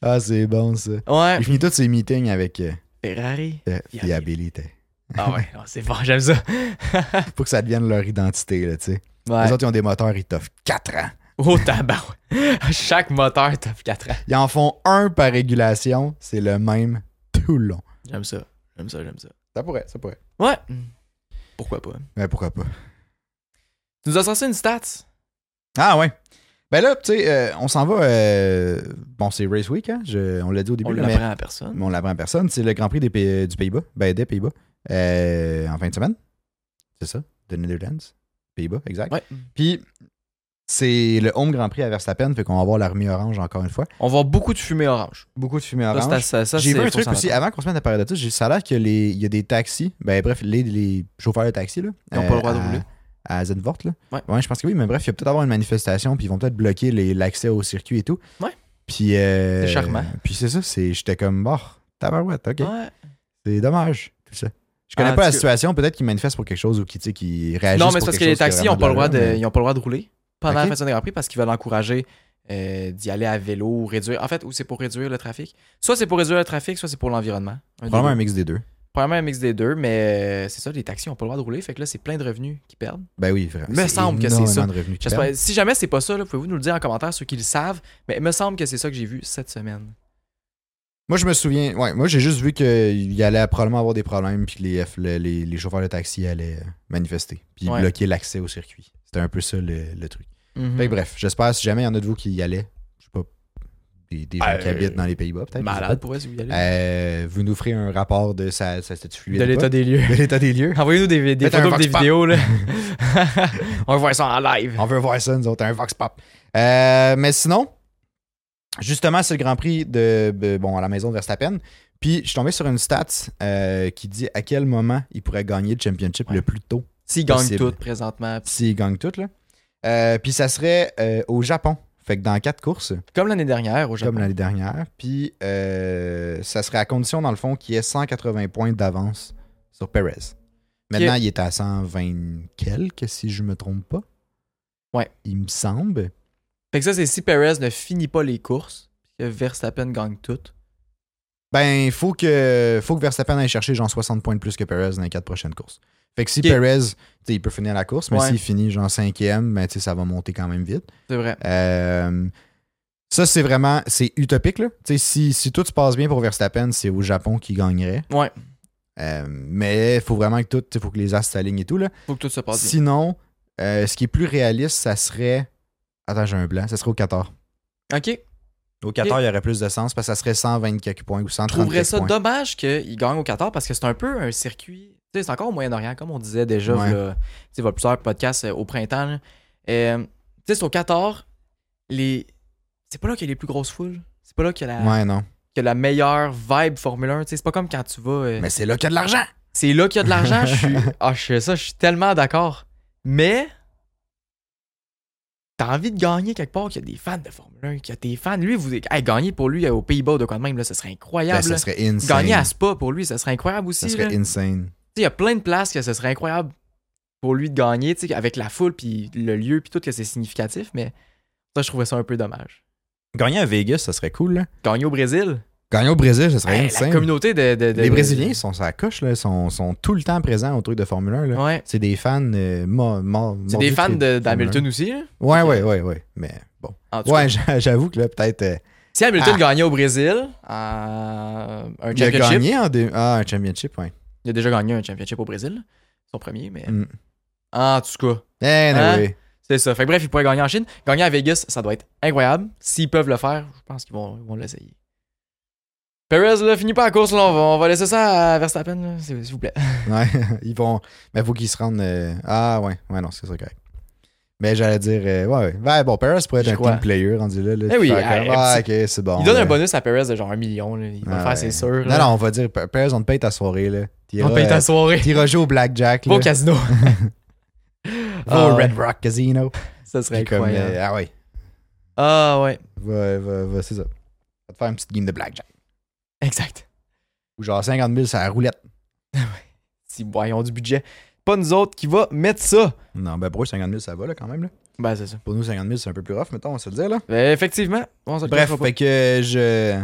[SPEAKER 3] Ah, c'est bon, ça.
[SPEAKER 1] Ouais,
[SPEAKER 3] Il finit tous ses meetings avec euh,
[SPEAKER 1] Ferrari.
[SPEAKER 3] euh,
[SPEAKER 1] Fiabilité.
[SPEAKER 3] fiabilité.
[SPEAKER 1] Ah ouais, non, c'est bon, j'aime ça.
[SPEAKER 3] Faut que ça devienne leur identité, là, tu sais.
[SPEAKER 1] Ouais.
[SPEAKER 3] Les autres, ils ont des moteurs, ils toffent 4 ans.
[SPEAKER 1] Oh tabac. Chaque moteur top 4 ans.
[SPEAKER 3] Ils en font un par régulation, c'est le même tout le long.
[SPEAKER 1] J'aime ça. J'aime ça, j'aime ça.
[SPEAKER 3] Ça pourrait, ça pourrait.
[SPEAKER 1] Ouais. Pourquoi pas?
[SPEAKER 3] Mais pourquoi pas?
[SPEAKER 1] Tu nous as sorti une stats?
[SPEAKER 3] Ah ouais. Ben là, tu sais, euh, on s'en va. euh, bon, c'est Race Week, hein? Je- on l'a dit au début,
[SPEAKER 1] On
[SPEAKER 3] là, mais-
[SPEAKER 1] l'apprend à personne.
[SPEAKER 3] mais on l'apprend à personne. C'est le Grand Prix des Pays- du Pays-Bas, ben des Pays-Bas, euh, en fin de semaine. C'est ça, The Netherlands. Pays-Bas, exact.
[SPEAKER 1] Ouais.
[SPEAKER 3] Puis, c'est le Home Grand Prix à Verstappen, fait qu'on va voir l'armée orange encore une fois.
[SPEAKER 1] On voit beaucoup de fumée orange.
[SPEAKER 3] Beaucoup de fumée
[SPEAKER 1] Ça,
[SPEAKER 3] orange.
[SPEAKER 1] c'est- ça, ça,
[SPEAKER 3] J'ai
[SPEAKER 1] c'est-
[SPEAKER 3] vu un
[SPEAKER 1] faut
[SPEAKER 3] truc
[SPEAKER 1] s'en
[SPEAKER 3] aussi,
[SPEAKER 1] attendre.
[SPEAKER 3] avant qu'on se mette à parler de ça, j'ai- ça a l'air qu'il y a des taxis, ben bref, les, les chauffeurs de taxi, là.
[SPEAKER 1] Ils ont pas le droit de
[SPEAKER 3] à-
[SPEAKER 1] rouler.
[SPEAKER 3] À Zenvort, là.
[SPEAKER 1] Ouais.
[SPEAKER 3] je pense que oui, mais bref, il va peut-être avoir une manifestation, puis ils vont peut-être bloquer les- l'accès au circuit et tout.
[SPEAKER 1] Ouais.
[SPEAKER 3] Puis. euh,
[SPEAKER 1] C'est charmant.
[SPEAKER 3] Puis c'est ça, c'est- j'étais comme, bah, tabarouette, ok.
[SPEAKER 1] Ouais.
[SPEAKER 3] C'est dommage, tout ça. Je connais
[SPEAKER 1] Ah,
[SPEAKER 3] pas
[SPEAKER 1] en
[SPEAKER 3] la
[SPEAKER 1] tout cas-
[SPEAKER 3] situation, peut-être qu'ils manifestent pour quelque chose ou qu'ils tu sais, qu'ils réagissent.
[SPEAKER 1] Non, mais c'est
[SPEAKER 3] pour
[SPEAKER 1] parce que
[SPEAKER 3] quelque
[SPEAKER 1] les
[SPEAKER 3] chose qui a
[SPEAKER 1] taxis n'ont
[SPEAKER 3] vraiment
[SPEAKER 1] pas, le droit
[SPEAKER 3] de
[SPEAKER 1] de-
[SPEAKER 3] l'allure,
[SPEAKER 1] ils ont pas le droit de rouler pendant
[SPEAKER 3] Ok.
[SPEAKER 1] la fin de Grand Prix parce qu'ils veulent encourager euh, d'y aller à vélo ou réduire. En fait, ou c'est pour réduire le trafic. Soit c'est pour réduire le trafic, soit c'est pour l'environnement. Un
[SPEAKER 3] mais
[SPEAKER 1] des
[SPEAKER 3] Probablement
[SPEAKER 1] deux.
[SPEAKER 3] un mix des deux.
[SPEAKER 1] Probablement un mix des deux, mais euh, c'est ça, les taxis n'ont pas le droit de rouler. Fait que là, c'est plein de revenus qui perdent.
[SPEAKER 3] Ben oui, vraiment.
[SPEAKER 1] Me semble que c'est
[SPEAKER 3] énormément
[SPEAKER 1] ça.
[SPEAKER 3] de revenus qu'ils
[SPEAKER 1] J'espère-
[SPEAKER 3] perdent.
[SPEAKER 1] Si jamais c'est pas ça, là, pouvez-vous nous le dire en commentaire ceux qui le savent. Mais il me semble que c'est ça que j'ai vu cette semaine.
[SPEAKER 3] Moi, je me souviens, ouais, moi, j'ai juste vu qu'il allait probablement avoir des problèmes, puis que les, F- le- les, les chauffeurs de taxi allaient euh, manifester, puis
[SPEAKER 1] Ouais. Hmm.
[SPEAKER 3] bloquer l'accès au circuit. C'était un peu ça le, le truc. Fait que bref, j'espère, si jamais il y en a de vous qui y allaient, je sais pas, des, des gens
[SPEAKER 1] Euh,
[SPEAKER 3] qui habitent dans les Pays-Bas, peut-être.
[SPEAKER 1] Malade pour eux, si vous y
[SPEAKER 3] je
[SPEAKER 1] allez.
[SPEAKER 3] sais pas. Euh, vous nous ferez un rapport de ça, ça c'était fluide.
[SPEAKER 1] de
[SPEAKER 3] ou
[SPEAKER 1] l'état
[SPEAKER 3] pas?
[SPEAKER 1] des lieux.
[SPEAKER 3] de l'état des lieux.
[SPEAKER 1] Envoyez-nous des, des
[SPEAKER 3] Faites un
[SPEAKER 1] photos
[SPEAKER 3] vox
[SPEAKER 1] des
[SPEAKER 3] pop.
[SPEAKER 1] vidéos. Là. On va voir ça en live.
[SPEAKER 3] On veut voir ça, nous autres, un Vox Pop. Euh, mais sinon, justement, c'est le Grand Prix de, de- bon, à la maison de Verstappen. Puis, je suis tombé sur une stat euh, qui dit à quel moment il pourrait gagner le championship
[SPEAKER 1] Ouais.
[SPEAKER 3] le plus tôt
[SPEAKER 1] S'ils gagnent
[SPEAKER 3] Possible.
[SPEAKER 1] tout présentement.
[SPEAKER 3] s'il gagne tout. Là. Euh, puis, ça serait euh, au Japon. Fait que dans quatre courses,
[SPEAKER 1] Comme l'année dernière au Japon.
[SPEAKER 3] comme l'année dernière. Puis, euh, ça serait à condition, dans le fond, qu'il y ait 180 points d'avance sur Perez. Maintenant, il est à 120 quelques, si je me trompe pas.
[SPEAKER 1] Ouais.
[SPEAKER 3] Il me semble.
[SPEAKER 1] Fait que ça, c'est si Perez ne finit pas les courses, que Verstappen gagne toutes.
[SPEAKER 3] Ben, faut que, faut que Verstappen aille chercher genre 60 points de plus que Perez dans les quatre prochaines courses. Fait que si
[SPEAKER 1] Ok.
[SPEAKER 3] Perez, tu sais, il peut finir la course, mais
[SPEAKER 1] Ouais.
[SPEAKER 3] s'il finit genre cinquième, ben, tu sais, ça va monter quand même vite.
[SPEAKER 1] C'est vrai.
[SPEAKER 3] Euh, ça, c'est vraiment, c'est utopique, là. Tu sais, si, si tout se passe bien pour Verstappen, c'est au Japon qui gagnerait.
[SPEAKER 1] Ouais.
[SPEAKER 3] Euh, mais faut vraiment que tout, tu sais, faut que les as s'alignent et tout, là.
[SPEAKER 1] Faut que tout se passe bien.
[SPEAKER 3] Sinon, euh, ce qui est plus réaliste, ça serait. Attends, j'ai un blanc, ça serait au 14.
[SPEAKER 1] OK.
[SPEAKER 3] Au 14, il y aurait plus de sens parce que ça serait 120 quelques points ou 130
[SPEAKER 1] Je trouverais
[SPEAKER 3] quelques
[SPEAKER 1] ça
[SPEAKER 3] points.
[SPEAKER 1] dommage qu'il gagne au 14 parce que c'est un peu un circuit. Tu sais, c'est encore au Moyen-Orient, comme on disait déjà,
[SPEAKER 3] Ouais.
[SPEAKER 1] v'là- tu sais, v'là plusieurs podcasts euh, au printemps. là. Euh, tu sais, c'est au 14, les... c'est pas là qu'il y a les plus grosses foules. C'est pas là qu'il y, a la-
[SPEAKER 3] Ouais, non.
[SPEAKER 1] qu'il y a la meilleure vibe Formule 1. Tu sais, c'est pas comme quand tu vas. euh,
[SPEAKER 3] Mais c'est là qu'il y a de l'argent.
[SPEAKER 1] C'est là qu'il y a de l'argent. je suis... Ah, je sais ça, je suis tellement d'accord. Mais t'as envie de gagner quelque part qu'il y a des fans de Formule 1, qu'il y a des fans. Lui, vous hey, gagner pour lui euh, aux Pays-Bas ou de quoi de même, là, ce serait incroyable.
[SPEAKER 3] Ben, ça
[SPEAKER 1] là.
[SPEAKER 3] serait insane.
[SPEAKER 1] Gagner à hein. Spa pour lui, ça serait incroyable aussi.
[SPEAKER 3] ça
[SPEAKER 1] là.
[SPEAKER 3] serait
[SPEAKER 1] Tu sais,
[SPEAKER 3] insane.
[SPEAKER 1] Il y a plein de places que ce serait incroyable pour lui de gagner, tu sais, avec la foule, puis le lieu, puis tout, que c'est significatif, mais ça, je trouvais ça un peu dommage.
[SPEAKER 3] Gagner à Vegas, ça serait cool. Là.
[SPEAKER 1] Gagner au Brésil,
[SPEAKER 3] Gagner au Brésil, ça serait
[SPEAKER 1] hey, la
[SPEAKER 3] insane.
[SPEAKER 1] communauté de. de- de-
[SPEAKER 3] Les
[SPEAKER 1] de-
[SPEAKER 3] Brésiliens sont à la coche, là, sont, sont tout le temps présents au truc de Formule 1. là.
[SPEAKER 1] Ouais.
[SPEAKER 3] C'est des fans euh, mo- mo-
[SPEAKER 1] C'est
[SPEAKER 3] mordus
[SPEAKER 1] des
[SPEAKER 3] de
[SPEAKER 1] fans
[SPEAKER 3] Formule
[SPEAKER 1] de- d'Hamilton aussi, là.
[SPEAKER 3] 1. Ouais, ouais, ouais, ouais. Mais bon.
[SPEAKER 1] En tout cas,
[SPEAKER 3] Ouais, j'a- j'avoue que là, peut-être. euh,
[SPEAKER 1] Si Hamilton
[SPEAKER 3] Ah.
[SPEAKER 1] gagnait au Brésil, euh, un
[SPEAKER 3] il a
[SPEAKER 1] championship.
[SPEAKER 3] gagné en deux- ah, un championship, ouais.
[SPEAKER 1] Il a déjà gagné un championship au Brésil, son premier, mais
[SPEAKER 3] Mm.
[SPEAKER 1] En tout cas,
[SPEAKER 3] Anyway.
[SPEAKER 1] c'est ça. Fait que bref, ils pourraient gagner en Chine. Gagner à Vegas, ça doit être incroyable. S'ils peuvent le faire, je pense qu'ils vont, ils vont l'essayer. Perez, là, finit pas la course, là. On va, on va laisser ça à Verstappen, là, s'il s'il vous plaît.
[SPEAKER 3] Ouais,
[SPEAKER 1] Hein?
[SPEAKER 3] ils vont. Mais faut qu'ils se rendent. euh, Ah ouais, ouais, non, c'est ça correct. Mais j'allais dire, euh, ouais, ouais. Ben, bon, Paris pourrait être
[SPEAKER 1] Je
[SPEAKER 3] un
[SPEAKER 1] crois.
[SPEAKER 3] team player rendu là. là
[SPEAKER 1] Eh
[SPEAKER 3] tu
[SPEAKER 1] oui,
[SPEAKER 3] fais
[SPEAKER 1] ah,
[SPEAKER 3] comme, ah, ok, c'est bon.
[SPEAKER 1] Il donne
[SPEAKER 3] là.
[SPEAKER 1] un bonus à Perez de genre un million, là. Il va le
[SPEAKER 3] Ah,
[SPEAKER 1] faire,
[SPEAKER 3] ouais.
[SPEAKER 1] c'est sûr.
[SPEAKER 3] Non, euh, non, on va dire, Pa- Perez, on te paye ta soirée, là.
[SPEAKER 1] On te paye ta soirée.
[SPEAKER 3] T'iras jouer au Blackjack,
[SPEAKER 1] Va
[SPEAKER 3] là.
[SPEAKER 1] au casino.
[SPEAKER 3] Va au
[SPEAKER 1] Ah,
[SPEAKER 3] Red Rock Casino.
[SPEAKER 1] Ça serait
[SPEAKER 3] Puis comme,
[SPEAKER 1] incroyable.
[SPEAKER 3] euh, ah ouais,
[SPEAKER 1] Ah ouais,
[SPEAKER 3] va, va, va, c'est ça. Va te faire une petite game de Blackjack.
[SPEAKER 1] exact.
[SPEAKER 3] Ou genre 50 000 sur la roulette.
[SPEAKER 1] Si, bon, ils ont du budget. Pas nous autres qui va mettre ça.
[SPEAKER 3] Non, ben pour eux, 50 000, ça va, là, quand même, là.
[SPEAKER 1] Ben, c'est ça.
[SPEAKER 3] Pour nous, 50 000, c'est un peu plus rough, mettons, on va se le dire, là.
[SPEAKER 1] Ben, effectivement. On se le
[SPEAKER 3] Bref,
[SPEAKER 1] cachera pas.
[SPEAKER 3] fait que je.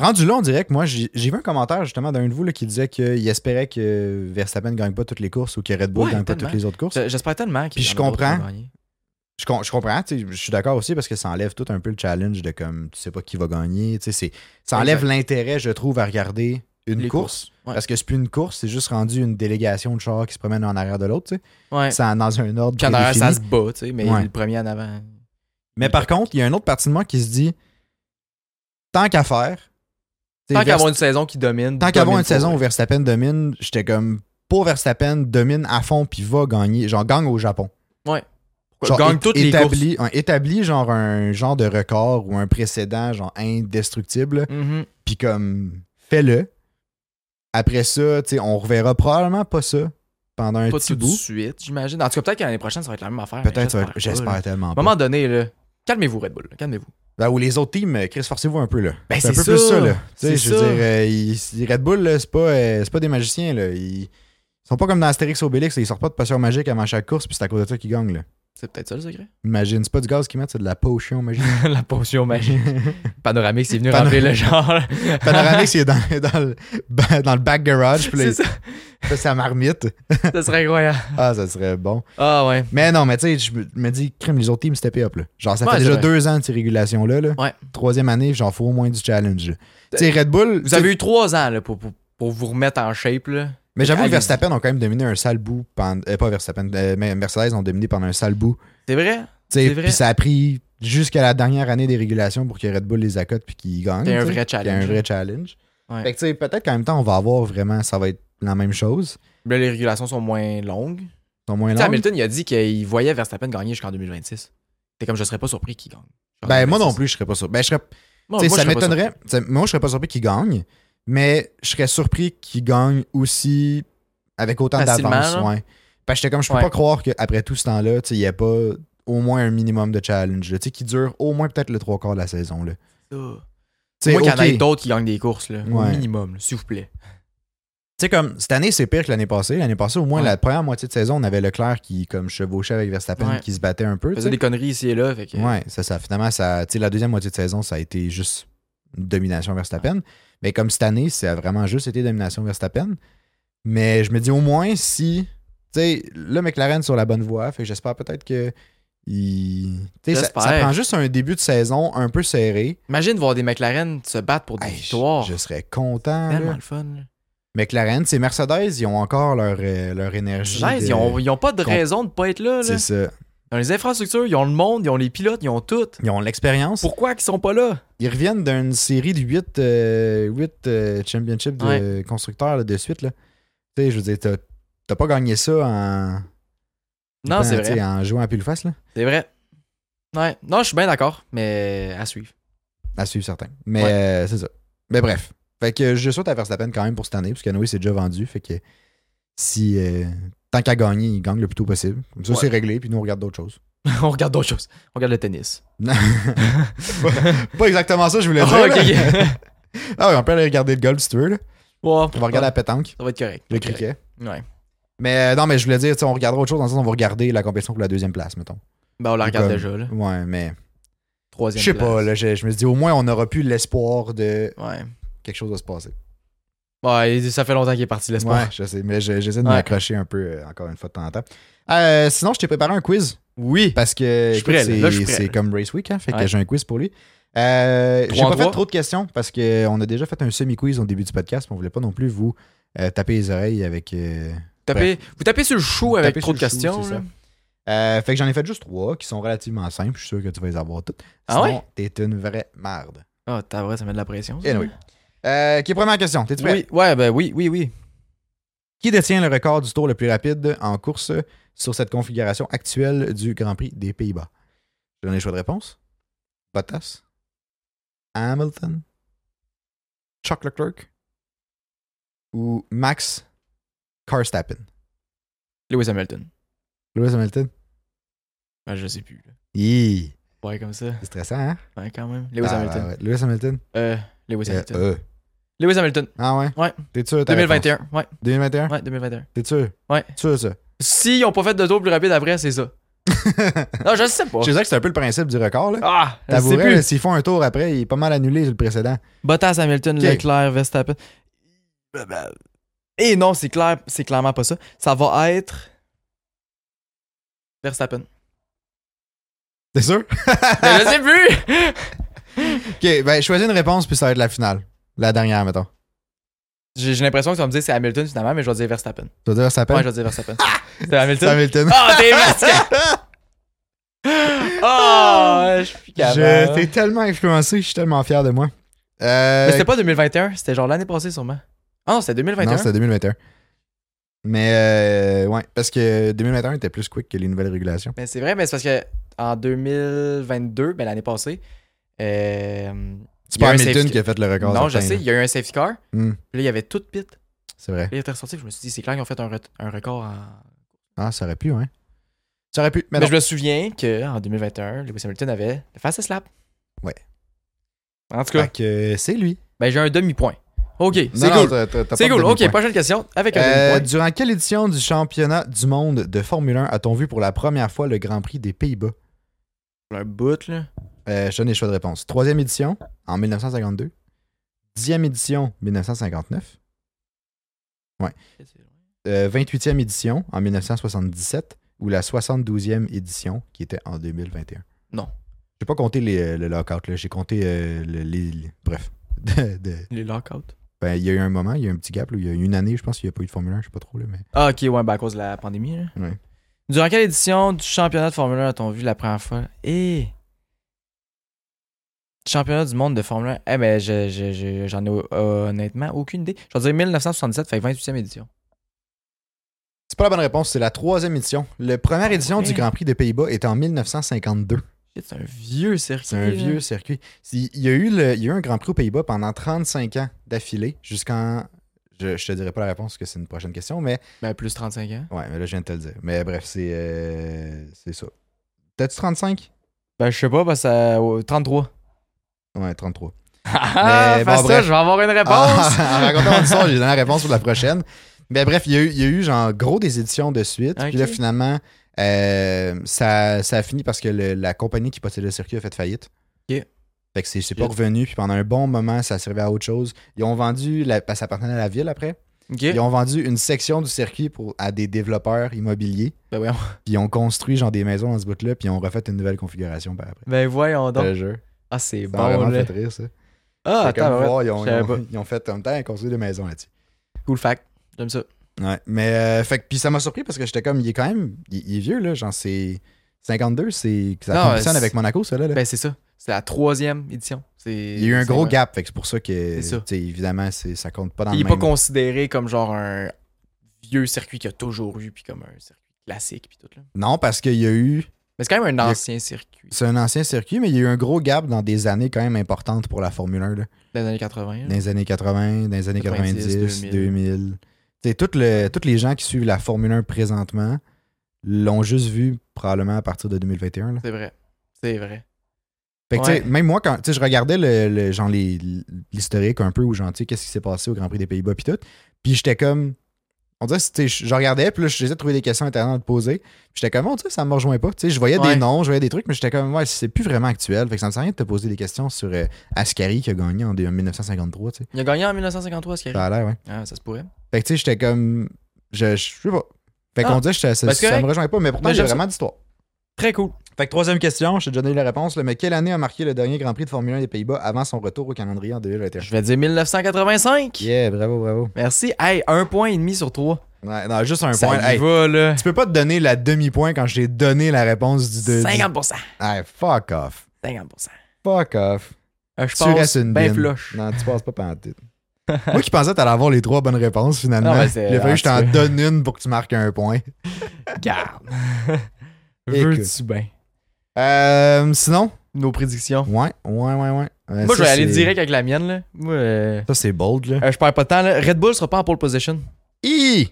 [SPEAKER 3] Rendu là, on dirait que moi, j'ai j'ai vu un commentaire justement d'un de vous là, qui disait qu'il espérait que Verstappen ne gagne pas toutes les courses ou que Red Bull ne
[SPEAKER 1] Ouais,
[SPEAKER 3] gagne pas
[SPEAKER 1] tellement.
[SPEAKER 3] toutes les autres courses.
[SPEAKER 1] Je- J'espère tellement qu'il
[SPEAKER 3] Puis
[SPEAKER 1] y en
[SPEAKER 3] je
[SPEAKER 1] a d'autres qui vont
[SPEAKER 3] comprends.
[SPEAKER 1] gagner.
[SPEAKER 3] Je, com- je comprends, tu sais, je suis d'accord aussi parce que ça enlève tout un peu le challenge de comme tu sais pas qui va gagner. tu sais, c'est- Ça enlève l'intérêt, je trouve, à regarder une
[SPEAKER 1] Les
[SPEAKER 3] course.
[SPEAKER 1] courses, ouais.
[SPEAKER 3] Parce que c'est plus une course, c'est juste rendu une délégation de chars qui se promène en arrière de l'autre. tu sais.
[SPEAKER 1] Ouais.
[SPEAKER 3] Ça dans un ordre.
[SPEAKER 1] Puis en arrière,
[SPEAKER 3] prédéfini.
[SPEAKER 1] ça se bat, tu sais, mais
[SPEAKER 3] Ouais.
[SPEAKER 1] le premier en avant.
[SPEAKER 3] Mais par contre, il y a une autre partie de moi qui se dit tant qu'à faire. tu sais,
[SPEAKER 1] Tant
[SPEAKER 3] Verst-
[SPEAKER 1] qu'avoir une saison qui domine.
[SPEAKER 3] Tant qu'avant
[SPEAKER 1] domine
[SPEAKER 3] une
[SPEAKER 1] pour-
[SPEAKER 3] saison où Verstappen domine, j'étais comme pour Verstappen domine à fond puis va gagner, genre gagne au Japon.
[SPEAKER 1] Pourquoi-
[SPEAKER 3] Genre,
[SPEAKER 1] gagne
[SPEAKER 3] é-
[SPEAKER 1] toutes les courses.
[SPEAKER 3] établit, un- établit genre un genre de record ou un précédent genre indestructible
[SPEAKER 1] Mhm.
[SPEAKER 3] puis comme fais-le. Après ça, tu sais, on reverra probablement pas ça pendant un
[SPEAKER 1] Pas
[SPEAKER 3] petit
[SPEAKER 1] tout de
[SPEAKER 3] bout.
[SPEAKER 1] suite, j'imagine. En tout cas, peut-être que l'année prochaine, ça va être la même affaire.
[SPEAKER 3] Peut-être ça va être-
[SPEAKER 1] pas,
[SPEAKER 3] j'espère
[SPEAKER 1] là.
[SPEAKER 3] tellement
[SPEAKER 1] À un
[SPEAKER 3] pas.
[SPEAKER 1] moment donné, là, calmez-vous, Red Bull. là, Calmez-vous.
[SPEAKER 3] Là où les autres teams, euh, Chris, forcez-vous un peu là.
[SPEAKER 1] Ben,
[SPEAKER 3] c'est un
[SPEAKER 1] c'est
[SPEAKER 3] peu plus
[SPEAKER 1] ça.
[SPEAKER 3] ça là. Tu sais,
[SPEAKER 1] C'est
[SPEAKER 3] je veux
[SPEAKER 1] ça.
[SPEAKER 3] dire, euh, ils- Red Bull là, c'est pas euh, c'est pas des magiciens là. Ils, ils sont pas comme dans Astérix Obélix, là. ils sortent pas de potion magique avant chaque course puis c'est à cause de ça qu'ils gagnent là.
[SPEAKER 1] C'est peut-être ça le secret.
[SPEAKER 3] Imagine, c'est pas du gaz qu'ils mettent, c'est de la potion magique.
[SPEAKER 1] la potion magique. Panoramique, c'est venu remplir le genre.
[SPEAKER 3] Panoramique, c'est dans, dans, le, ba- dans le back garage, puis là,
[SPEAKER 1] c'est
[SPEAKER 3] il
[SPEAKER 1] ça.
[SPEAKER 3] fait sa marmite.
[SPEAKER 1] Ça serait incroyable.
[SPEAKER 3] Ah, ça serait bon.
[SPEAKER 1] Ah ouais.
[SPEAKER 3] Mais non, mais tu sais, je me- me dis, crime, les autres teams step up, là. Genre, ça
[SPEAKER 1] Ouais,
[SPEAKER 3] fait
[SPEAKER 1] c'est
[SPEAKER 3] déjà
[SPEAKER 1] vrai.
[SPEAKER 3] deux ans de ces régulations-là, là.
[SPEAKER 1] Ouais.
[SPEAKER 3] Troisième année, genre, faut au moins du challenge, là. Tu sais, Red Bull. tu
[SPEAKER 1] Vous
[SPEAKER 3] sais,
[SPEAKER 1] avez eu trois ans là, pour, pour, pour vous remettre en shape. Là.
[SPEAKER 3] Mais j'avoue que
[SPEAKER 1] Allez-y.
[SPEAKER 3] Verstappen ont quand même dominé un sale bout. pendant- euh, pas Verstappen, euh, mais Mercedes ont dominé pendant un sale bout.
[SPEAKER 1] C'est vrai?
[SPEAKER 3] Tu sais,
[SPEAKER 1] C'est vrai.
[SPEAKER 3] puis ça a pris jusqu'à la dernière année des régulations pour que Red Bull les accote puis qu'ils gagnent.
[SPEAKER 1] T'as un vrai
[SPEAKER 3] tu sais. Il y a
[SPEAKER 1] challenge.
[SPEAKER 3] un vrai challenge.
[SPEAKER 1] Ouais.
[SPEAKER 3] Fait que, tu sais, peut-être qu'en même temps, on va avoir vraiment, ça va être la même chose.
[SPEAKER 1] Là, les régulations sont moins longues.
[SPEAKER 3] Ils sont moins
[SPEAKER 1] Tu sais,
[SPEAKER 3] longues.
[SPEAKER 1] Hamilton, il a dit qu'il voyait Verstappen gagner jusqu'en 2026. C'est comme, je serais pas surpris qu'il gagne.
[SPEAKER 3] Ben, moi non plus, je serais pas sûr. Ben, je serais, tu
[SPEAKER 1] Moi,
[SPEAKER 3] sais,
[SPEAKER 1] moi,
[SPEAKER 3] ça
[SPEAKER 1] je serais pas
[SPEAKER 3] m'étonnerait. tu sais, Moi, je serais pas surpris qu'il gagne, mais je serais surpris qu'il gagne aussi avec autant
[SPEAKER 1] Facilement,
[SPEAKER 3] d'avance.
[SPEAKER 1] là.
[SPEAKER 3] Ouais. Parce que j'étais comme, je peux
[SPEAKER 1] Ouais.
[SPEAKER 3] pas croire qu'après tout ce temps-là, tu sais, il n'y a pas au moins un minimum de challenge, là, tu sais, qui dure au moins peut-être le trois quarts de la saison, là.
[SPEAKER 1] surpris.
[SPEAKER 3] Tu sais,
[SPEAKER 1] Moi, qu'il y en
[SPEAKER 3] ok.
[SPEAKER 1] ait d'autres qui gagnent des courses, là, au
[SPEAKER 3] Ouais.
[SPEAKER 1] minimum, là, s'il vous plaît.
[SPEAKER 3] Tu sais, comme cette année, c'est pire que l'année passée. L'année passée, au moins
[SPEAKER 1] Ouais.
[SPEAKER 3] la première moitié de saison, on avait Leclerc qui, comme, chevauchait avec Verstappen,
[SPEAKER 1] Ouais.
[SPEAKER 3] qui se battait un peu.
[SPEAKER 1] Il
[SPEAKER 3] tu
[SPEAKER 1] faisait
[SPEAKER 3] sais.
[SPEAKER 1] des conneries ici et là. Fait que,
[SPEAKER 3] Ouais, ça, ça. Finalement, ça, tu sais, la deuxième moitié de saison, ça a été juste une domination Verstappen. Mais comme cette année, ça a vraiment juste été domination Verstappen. Mais je me dis au moins si. Tu sais, là, McLaren sur la bonne voie. Fait que j'espère peut-être que. Il... tu sais, Ça, ça
[SPEAKER 1] J'espère.
[SPEAKER 3] prend juste un début de saison un peu serré.
[SPEAKER 1] Imagine voir des McLaren se battre pour des
[SPEAKER 3] Hey,
[SPEAKER 1] victoires.
[SPEAKER 3] je, je serais content.
[SPEAKER 1] tellement
[SPEAKER 3] là.
[SPEAKER 1] le fun. là.
[SPEAKER 3] McLaren, c'est Mercedes, ils ont encore leur, euh, leur énergie.
[SPEAKER 1] Jeez,
[SPEAKER 3] de-
[SPEAKER 1] ils, ont, ils ont pas de
[SPEAKER 3] qu'on-
[SPEAKER 1] raison de pas être là. là.
[SPEAKER 3] C'est ça.
[SPEAKER 1] Ils ont les infrastructures, ils ont le monde, ils ont les pilotes, ils ont tout.
[SPEAKER 3] Ils ont l'expérience.
[SPEAKER 1] Pourquoi qu'ils sont pas là?
[SPEAKER 3] Ils reviennent d'une série de 8, euh, championships de constructeurs là, de suite. Là. Tu sais, je veux dire, t'as- t'as pas gagné ça en,
[SPEAKER 1] Non,
[SPEAKER 3] en-
[SPEAKER 1] c'est
[SPEAKER 3] Ben, tu sais,
[SPEAKER 1] vrai.
[SPEAKER 3] en jouant à pile face, là,
[SPEAKER 1] C'est vrai. Ouais. Non, je suis bien d'accord, mais à suivre.
[SPEAKER 3] à suivre certains. Mais
[SPEAKER 1] Ouais.
[SPEAKER 3] euh, c'est ça. Mais bref. Fait que je souhaite à Verstappen quand même pour cette année, parce que Noé c'est déjà vendu. Fait que si euh, tant qu'à gagner, il gagne le plus tôt possible. Comme ça,
[SPEAKER 1] Ouais.
[SPEAKER 3] c'est réglé, puis nous on regarde d'autres choses.
[SPEAKER 1] on regarde d'autres choses. On regarde le tennis.
[SPEAKER 3] Pas exactement ça, je voulais
[SPEAKER 1] Ah,
[SPEAKER 3] dire.
[SPEAKER 1] ok,
[SPEAKER 3] là.
[SPEAKER 1] ok.
[SPEAKER 3] Ah, ouais, on peut aller regarder le golf si tu veux. Là.
[SPEAKER 1] Ouais.
[SPEAKER 3] On va regarder la pétanque,
[SPEAKER 1] Ça va être correct. Ça va
[SPEAKER 3] le
[SPEAKER 1] être
[SPEAKER 3] cricket.
[SPEAKER 1] correct. Ouais.
[SPEAKER 3] Mais euh, non, mais je voulais dire, tu sais, on regardera autre chose. Dans le sens, on va regarder la compétition pour la deuxième place, mettons.
[SPEAKER 1] Ben, on la regarde
[SPEAKER 3] Comme-
[SPEAKER 1] déjà, là.
[SPEAKER 3] Ouais, mais je
[SPEAKER 1] Troisième.
[SPEAKER 3] sais pas,
[SPEAKER 1] place.
[SPEAKER 3] là, je, je me suis dit, au moins, on aura plus l'espoir de
[SPEAKER 1] Ouais.
[SPEAKER 3] quelque chose va se passer.
[SPEAKER 1] Ouais, ça fait longtemps qu'il est parti, l'espoir.
[SPEAKER 3] Ouais, je sais, mais je- j'essaie de
[SPEAKER 1] Ouais.
[SPEAKER 3] m'accrocher un peu euh, encore une fois de temps en temps. Euh, sinon, je t'ai préparé un quiz
[SPEAKER 1] Oui.
[SPEAKER 3] parce que
[SPEAKER 1] Je suis
[SPEAKER 3] écoute,
[SPEAKER 1] prêt, là. Là, je
[SPEAKER 3] c'est
[SPEAKER 1] suis prêt,
[SPEAKER 3] c'est
[SPEAKER 1] là.
[SPEAKER 3] comme Race Week, hein, fait que
[SPEAKER 1] Ouais.
[SPEAKER 3] j'ai un quiz pour lui. Euh, j'ai
[SPEAKER 1] Trois en
[SPEAKER 3] pas fait
[SPEAKER 1] trois.
[SPEAKER 3] trop de questions parce qu'on a déjà fait un semi-quiz au début du podcast, mais on voulait pas non plus vous euh, taper les oreilles avec. euh,
[SPEAKER 1] tapez, vous tapez sur le chou avec
[SPEAKER 3] Tapez
[SPEAKER 1] trop de
[SPEAKER 3] sur le chou,
[SPEAKER 1] questions.
[SPEAKER 3] c'est
[SPEAKER 1] là.
[SPEAKER 3] Euh, fait que j'en ai fait juste trois qui sont relativement simples. Je suis sûr que tu vas les avoir toutes.
[SPEAKER 1] Ah
[SPEAKER 3] Sinon,
[SPEAKER 1] ouais?
[SPEAKER 3] t'es une vraie merde.
[SPEAKER 1] Ah, t'as vrai, ça met de la pression. ça.
[SPEAKER 3] Anyway. Euh, qui est première question? T'es-tu prêt?
[SPEAKER 1] Oui, ouais, ben oui, oui, oui.
[SPEAKER 3] Qui détient le record du tour le plus rapide en course sur cette configuration actuelle du Grand Prix des Pays-Bas? Je donne les choix de réponse. Bottas, Hamilton, Chuck Leclerc ou Max Karstappen.
[SPEAKER 1] Lewis Hamilton.
[SPEAKER 3] Lewis Hamilton.
[SPEAKER 1] Ben, je sais plus. là.
[SPEAKER 3] Hi,
[SPEAKER 1] Ouais, comme ça.
[SPEAKER 3] C'est stressant, hein?
[SPEAKER 1] Ouais, quand même. Lewis
[SPEAKER 3] Ah,
[SPEAKER 1] Hamilton.
[SPEAKER 3] ouais, ouais. Lewis Hamilton.
[SPEAKER 1] Euh, Lewis
[SPEAKER 3] Euh,
[SPEAKER 1] Hamilton.
[SPEAKER 3] euh.
[SPEAKER 1] Lewis Hamilton.
[SPEAKER 3] Ah ouais?
[SPEAKER 1] Ouais.
[SPEAKER 3] T'es sûr? de ta réponse?
[SPEAKER 1] 2021. Ouais,
[SPEAKER 3] 2021?
[SPEAKER 1] ouais, 2021.
[SPEAKER 3] T'es sûr?
[SPEAKER 1] Ouais.
[SPEAKER 3] Sûr de ça?
[SPEAKER 1] S'ils ont pas fait de tour plus rapide après, c'est ça. Non, je sais pas.
[SPEAKER 3] Je sais que c'est un peu le principe du record, là.
[SPEAKER 1] Ah, je sais
[SPEAKER 3] T'avouerais, là,
[SPEAKER 1] plus.
[SPEAKER 3] s'ils font un tour après, il est pas mal annulé le précédent.
[SPEAKER 1] Bottas, Hamilton,
[SPEAKER 3] Ok.
[SPEAKER 1] Leclerc, Verstappen. Et non, c'est clair, c'est clairement pas ça. Ça va être Verstappen.
[SPEAKER 3] T'es sûr?
[SPEAKER 1] Mais je sais plus.
[SPEAKER 3] ok, ben, choisis une réponse, puis ça va être la finale. La dernière, mettons.
[SPEAKER 1] J'ai j'ai l'impression que tu vas me dire c'est Hamilton finalement, mais je vais dire Verstappen.
[SPEAKER 3] Tu vas dire ça
[SPEAKER 1] Ouais,
[SPEAKER 3] s'appelle?
[SPEAKER 1] je vais dire Verstappen. C'est Hamilton.
[SPEAKER 3] Ah! Hamilton.
[SPEAKER 1] Oh, t'es masqué. Oh, je suis
[SPEAKER 3] Ah! Je
[SPEAKER 1] capable.
[SPEAKER 3] t'ai tellement influencé, je suis tellement fier de moi. Euh,
[SPEAKER 1] Mais c'était pas 2021, c'était genre l'année passée sûrement. Ah non, c'était 2021.
[SPEAKER 3] Non, c'était 2021. Mais, euh, ouais, parce que 2021 était plus quick que les nouvelles régulations.
[SPEAKER 1] Mais c'est vrai, mais c'est parce que en 2022, ben, l'année passée, euh,
[SPEAKER 3] C'est
[SPEAKER 1] Il y a
[SPEAKER 3] pas
[SPEAKER 1] un
[SPEAKER 3] Hamilton
[SPEAKER 1] safety-
[SPEAKER 3] qui a fait le record.
[SPEAKER 1] non, je
[SPEAKER 3] certain,
[SPEAKER 1] sais,
[SPEAKER 3] là.
[SPEAKER 1] il y a eu un safety car.
[SPEAKER 3] Hmm,
[SPEAKER 1] Puis là, il y avait tout pit. Là,
[SPEAKER 3] c'est vrai.
[SPEAKER 1] il était ressorti. puis Je me suis dit, c'est clair qu'ils ont fait un, re- un record en.
[SPEAKER 3] Ah, ça aurait pu, hein. Ça aurait pu. Mais
[SPEAKER 1] Mais,
[SPEAKER 3] non.
[SPEAKER 1] je me souviens qu'en 2021, Lewis Hamilton avait le fastest slap.
[SPEAKER 3] Ouais.
[SPEAKER 1] En tout cas,
[SPEAKER 3] Fait que euh, c'est lui.
[SPEAKER 1] ben, j'ai un demi-point. Ok, c'est
[SPEAKER 3] Non, non,
[SPEAKER 1] cool.
[SPEAKER 3] t'as- t'as- t'as
[SPEAKER 1] C'est
[SPEAKER 3] pas
[SPEAKER 1] cool.
[SPEAKER 3] donné
[SPEAKER 1] Ok,
[SPEAKER 3] de point.
[SPEAKER 1] prochaine question avec un
[SPEAKER 3] Euh,
[SPEAKER 1] demi-point.
[SPEAKER 3] durant quelle édition du championnat du monde de Formule 1 a-t-on vu pour la première fois le Grand Prix des Pays-Bas?
[SPEAKER 1] Un bout, là.
[SPEAKER 3] Euh, je donne les choix de réponse. Troisième édition, en 1952. Dixième édition, 1959. Euh, 28e édition, en 1977. Ou la 72e édition, qui était en 2021.
[SPEAKER 1] Non.
[SPEAKER 3] J'ai pas compté les, euh, le lockout, là. J'ai compté euh, le- les, les- Bref. De- de-
[SPEAKER 1] Les lockouts.
[SPEAKER 3] ben, il y a eu un moment, il y a eu un petit gap, là, où il y a eu une année, je pense qu'il n'y a pas eu de Formule 1, je sais pas trop, là, mais...
[SPEAKER 1] Ah, ok, ouais, ben, à cause de la pandémie, là.
[SPEAKER 3] Ouais.
[SPEAKER 1] Durant quelle édition du championnat de Formule 1 a-t-on vu la première fois? Et. Championnat du monde de Formule 1. Eh ben, je- je- je- j'en ai euh, honnêtement aucune idée. Je vais dire 1977, fait que 28e édition.
[SPEAKER 3] C'est pas la bonne réponse, c'est la troisième édition. La première édition
[SPEAKER 1] ouais.
[SPEAKER 3] du Grand Prix des Pays-Bas est en 1952.
[SPEAKER 1] Shit, C'est un vieux circuit.
[SPEAKER 3] C'est un
[SPEAKER 1] là.
[SPEAKER 3] vieux circuit. Si- Il y, a eu le- il y a eu un Grand Prix aux Pays-Bas pendant 35 ans d'affilée jusqu'en. Je, je te dirai pas la réponse parce que c'est une prochaine question, mais
[SPEAKER 1] Ben, plus 35 ans.
[SPEAKER 3] ouais, mais là je viens de te le dire. Mais bref, c'est euh, c'est ça. T'as-tu 35
[SPEAKER 1] Ben, je sais pas, parce que ça- oh, 33.
[SPEAKER 3] Ouais, 33.
[SPEAKER 1] Ah,
[SPEAKER 3] Mais
[SPEAKER 1] face
[SPEAKER 3] bon,
[SPEAKER 1] ça,
[SPEAKER 3] bref.
[SPEAKER 1] je vais avoir une réponse.
[SPEAKER 3] Ah, en racontant mon histoire, j'ai donné la réponse pour la prochaine. Mais bref, il y a eu, il y a eu genre gros des éditions de suite.
[SPEAKER 1] Ok.
[SPEAKER 3] Puis là, finalement, euh, ça, ça a fini parce que le- la compagnie qui possédait le circuit a fait faillite.
[SPEAKER 1] Ok.
[SPEAKER 3] Fait que c'est c'est
[SPEAKER 1] Shit.
[SPEAKER 3] pas revenu. Puis pendant un bon moment, ça servait à autre chose. Ils ont vendu, la, parce que ça appartenait à la ville après.
[SPEAKER 1] ok.
[SPEAKER 3] Ils ont vendu une section du circuit pour, à des développeurs immobiliers.
[SPEAKER 1] Ben, voyons.
[SPEAKER 3] Puis ils ont construit genre des maisons dans ce bout-là. Puis ils ont refait une nouvelle configuration par après.
[SPEAKER 1] Ben, voyons donc.
[SPEAKER 3] Le jeu.
[SPEAKER 1] Ah, c'est
[SPEAKER 3] Euh, Ça m'a
[SPEAKER 1] bon,
[SPEAKER 3] vraiment
[SPEAKER 1] là.
[SPEAKER 3] fait rire, ça.
[SPEAKER 1] Ah,
[SPEAKER 3] Fait comme
[SPEAKER 1] attends, ouais.
[SPEAKER 3] voir, ils, ont,
[SPEAKER 1] je savais
[SPEAKER 3] ils ont-
[SPEAKER 1] pas.
[SPEAKER 3] ils ont fait un temps à construire des maisons là-dessus.
[SPEAKER 1] Cool fact. J'aime ça.
[SPEAKER 3] Ouais, mais euh, fait que puis ça m'a surpris parce que j'étais comme il est quand même il, il est vieux là, genre c'est 52, c'est ça
[SPEAKER 1] Non,
[SPEAKER 3] fonctionne
[SPEAKER 1] c'est-
[SPEAKER 3] avec Monaco ça là. là.
[SPEAKER 1] Ben, c'est ça. C'est la troisième édition.
[SPEAKER 3] il y a eu un gros
[SPEAKER 1] gap
[SPEAKER 3] gap, fait que c'est pour ça que
[SPEAKER 1] C'est ça.
[SPEAKER 3] tu sais, évidemment c'est ça compte pas dans
[SPEAKER 1] Puis
[SPEAKER 3] le
[SPEAKER 1] il est pas
[SPEAKER 3] même-
[SPEAKER 1] considéré comme genre un vieux circuit qu'il y a toujours eu, puis comme un circuit classique, puis tout. Là.
[SPEAKER 3] Non, parce qu'il y a eu
[SPEAKER 1] Mais c'est quand même
[SPEAKER 3] Il y
[SPEAKER 1] un
[SPEAKER 3] a-
[SPEAKER 1] ancien circuit
[SPEAKER 3] c'est un ancien circuit mais il y a eu un gros gap dans des années quand même importantes pour la Formule 1 là.
[SPEAKER 1] des années 80.
[SPEAKER 3] dans
[SPEAKER 1] là.
[SPEAKER 3] les années 80, dans les années 90,
[SPEAKER 1] 90,
[SPEAKER 3] 2000. Tu sais, toutes le- toutes les gens qui suivent la Formule 1 présentement l'ont juste vu probablement à partir de 2021 là.
[SPEAKER 1] C'est vrai. C'est vrai.
[SPEAKER 3] Fait que, tu sais,
[SPEAKER 1] Ouais.
[SPEAKER 3] même moi, quand tu sais, je regardais le, le- genre les- l'historique un peu où genre, tu sais, qu'est-ce qui s'est passé au Grand Prix des Pays-Bas puis tout. Puis j'étais comme. On dirait, que c'était- je je regardais, puis là, j'essayais de trouver des questions intéressantes à te poser. Puis j'étais comme, on dirait, que ça me rejoint pas. Tu sais, je voyais
[SPEAKER 1] Ouais.
[SPEAKER 3] des noms, je voyais des trucs, mais j'étais comme, ouais, c'est plus vraiment actuel. Fait que ça me sert à rien de te poser des questions sur euh, Ascari qui a gagné en, dé- en 1953, tu sais.
[SPEAKER 1] Il a gagné en 1953, ce qui
[SPEAKER 3] Ça a l'air, ouais.
[SPEAKER 1] Ah, ça se pourrait.
[SPEAKER 3] Fait que, tu sais, j'étais comme. Je, je sais pas. Fait
[SPEAKER 1] Ah.
[SPEAKER 3] qu'on dirait, que j'étais- ça,
[SPEAKER 1] Ben, c'est
[SPEAKER 3] ça me
[SPEAKER 1] correct.
[SPEAKER 3] rejoint pas, mais pourtant,
[SPEAKER 1] Ben,
[SPEAKER 3] j'ai
[SPEAKER 1] j'aime ça.
[SPEAKER 3] vraiment d'histoire.
[SPEAKER 1] Très cool.
[SPEAKER 3] Fait que troisième question, je t'ai déjà donné la réponse, là, mais quelle année a marqué le dernier Grand Prix de Formule 1 des Pays-Bas avant son retour au calendrier en 2021?
[SPEAKER 1] Je vais dire 1985.
[SPEAKER 3] Yeah, bravo, bravo.
[SPEAKER 1] Merci. Hey, un point et demi sur trois.
[SPEAKER 3] Ouais, non, juste un
[SPEAKER 1] Ça
[SPEAKER 3] point.
[SPEAKER 1] y
[SPEAKER 3] Hey,
[SPEAKER 1] va, là.
[SPEAKER 3] tu peux pas te donner la demi-point quand je t'ai donné la réponse du. de- du-
[SPEAKER 1] 50%.
[SPEAKER 3] Hey, fuck off.
[SPEAKER 1] 50%.
[SPEAKER 3] Fuck off.
[SPEAKER 1] Euh, je
[SPEAKER 3] Tu restes
[SPEAKER 1] pense
[SPEAKER 3] une
[SPEAKER 1] ben
[SPEAKER 3] bine.
[SPEAKER 1] floche.
[SPEAKER 3] Non, tu passes pas pendant tout. Moi qui pensais que t'allais avoir les trois bonnes réponses finalement.
[SPEAKER 1] Non, mais c'est-
[SPEAKER 3] Il a fallu que je
[SPEAKER 1] en
[SPEAKER 3] t'en
[SPEAKER 1] tout
[SPEAKER 3] donne une pour que tu marques un point.
[SPEAKER 1] Garde.
[SPEAKER 3] Écoute.
[SPEAKER 1] Veux-tu bien?
[SPEAKER 3] Euh, sinon,
[SPEAKER 1] Nos prédictions.
[SPEAKER 3] ouais, ouais, ouais, ouais. Euh,
[SPEAKER 1] Moi,
[SPEAKER 3] ça,
[SPEAKER 1] je vais aller
[SPEAKER 3] c'est-
[SPEAKER 1] direct avec la mienne, là. Moi, euh,
[SPEAKER 3] Ça, c'est bold, là.
[SPEAKER 1] euh, je perds pas de temps, là. Red Bull sera pas en pole position.
[SPEAKER 3] Hi!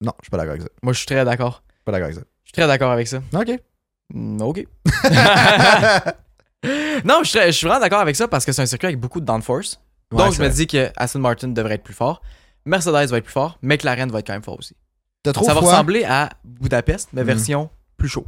[SPEAKER 3] Non, je suis pas d'accord avec ça.
[SPEAKER 1] Moi, je suis très d'accord.
[SPEAKER 3] Pas d'accord avec ça.
[SPEAKER 1] Je suis très d'accord avec ça.
[SPEAKER 3] Ok.
[SPEAKER 1] Mm, OK. non, je suis, très- je suis vraiment d'accord avec ça parce que c'est un circuit avec beaucoup de downforce.
[SPEAKER 3] Ouais,
[SPEAKER 1] Donc, je
[SPEAKER 3] c'est
[SPEAKER 1] me
[SPEAKER 3] vrai.
[SPEAKER 1] dis que Aston Martin devrait être plus fort. Mercedes va être plus fort. McLaren va être quand même fort aussi.
[SPEAKER 3] T'as trop
[SPEAKER 1] ça va
[SPEAKER 3] foi-
[SPEAKER 1] ressembler à Budapest, mais
[SPEAKER 3] Mhm.
[SPEAKER 1] version plus chaud.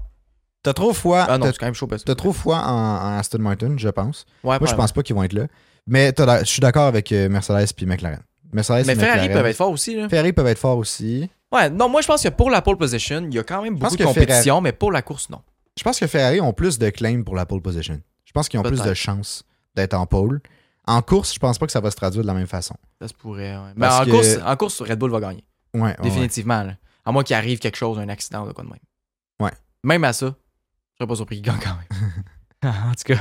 [SPEAKER 3] T'as trop foi.
[SPEAKER 1] Ah non,
[SPEAKER 3] t'as-
[SPEAKER 1] c'est quand même chaud. parce que-
[SPEAKER 3] T'as trop foi en, en Aston Martin, je pense.
[SPEAKER 1] Ouais,
[SPEAKER 3] Moi, je pense pas qu'ils vont être là. Mais t'as la- je suis d'accord avec euh, Mercedes puis McLaren. Mercedes
[SPEAKER 1] Mais
[SPEAKER 3] et
[SPEAKER 1] Ferrari
[SPEAKER 3] McLaren.
[SPEAKER 1] peuvent être forts aussi. Là.
[SPEAKER 3] Ferrari peuvent être forts aussi.
[SPEAKER 1] Ouais, non, moi je pense que pour la pole position, il y a quand même
[SPEAKER 3] pense
[SPEAKER 1] beaucoup de
[SPEAKER 3] que
[SPEAKER 1] compétition, mais pour la course, non.
[SPEAKER 3] Je pense que Ferrari ont plus de claims pour la pole position. Je pense qu'ils ont plus
[SPEAKER 1] Peut-être.
[SPEAKER 3] de chances d'être en pole. En course, je pense pas que ça va se traduire de la même façon.
[SPEAKER 1] Ça se pourrait. ouais. Mais
[SPEAKER 3] Parce
[SPEAKER 1] en,
[SPEAKER 3] que-
[SPEAKER 1] course, en course, Red Bull va gagner.
[SPEAKER 3] Ouais, ouais, ouais.
[SPEAKER 1] Définitivement. là. À moins qu'il arrive quelque chose, un accident ou de quoi de même.
[SPEAKER 3] Ouais.
[SPEAKER 1] Même à ça, je serais pas surpris qu'il gagne quand même. en tout cas,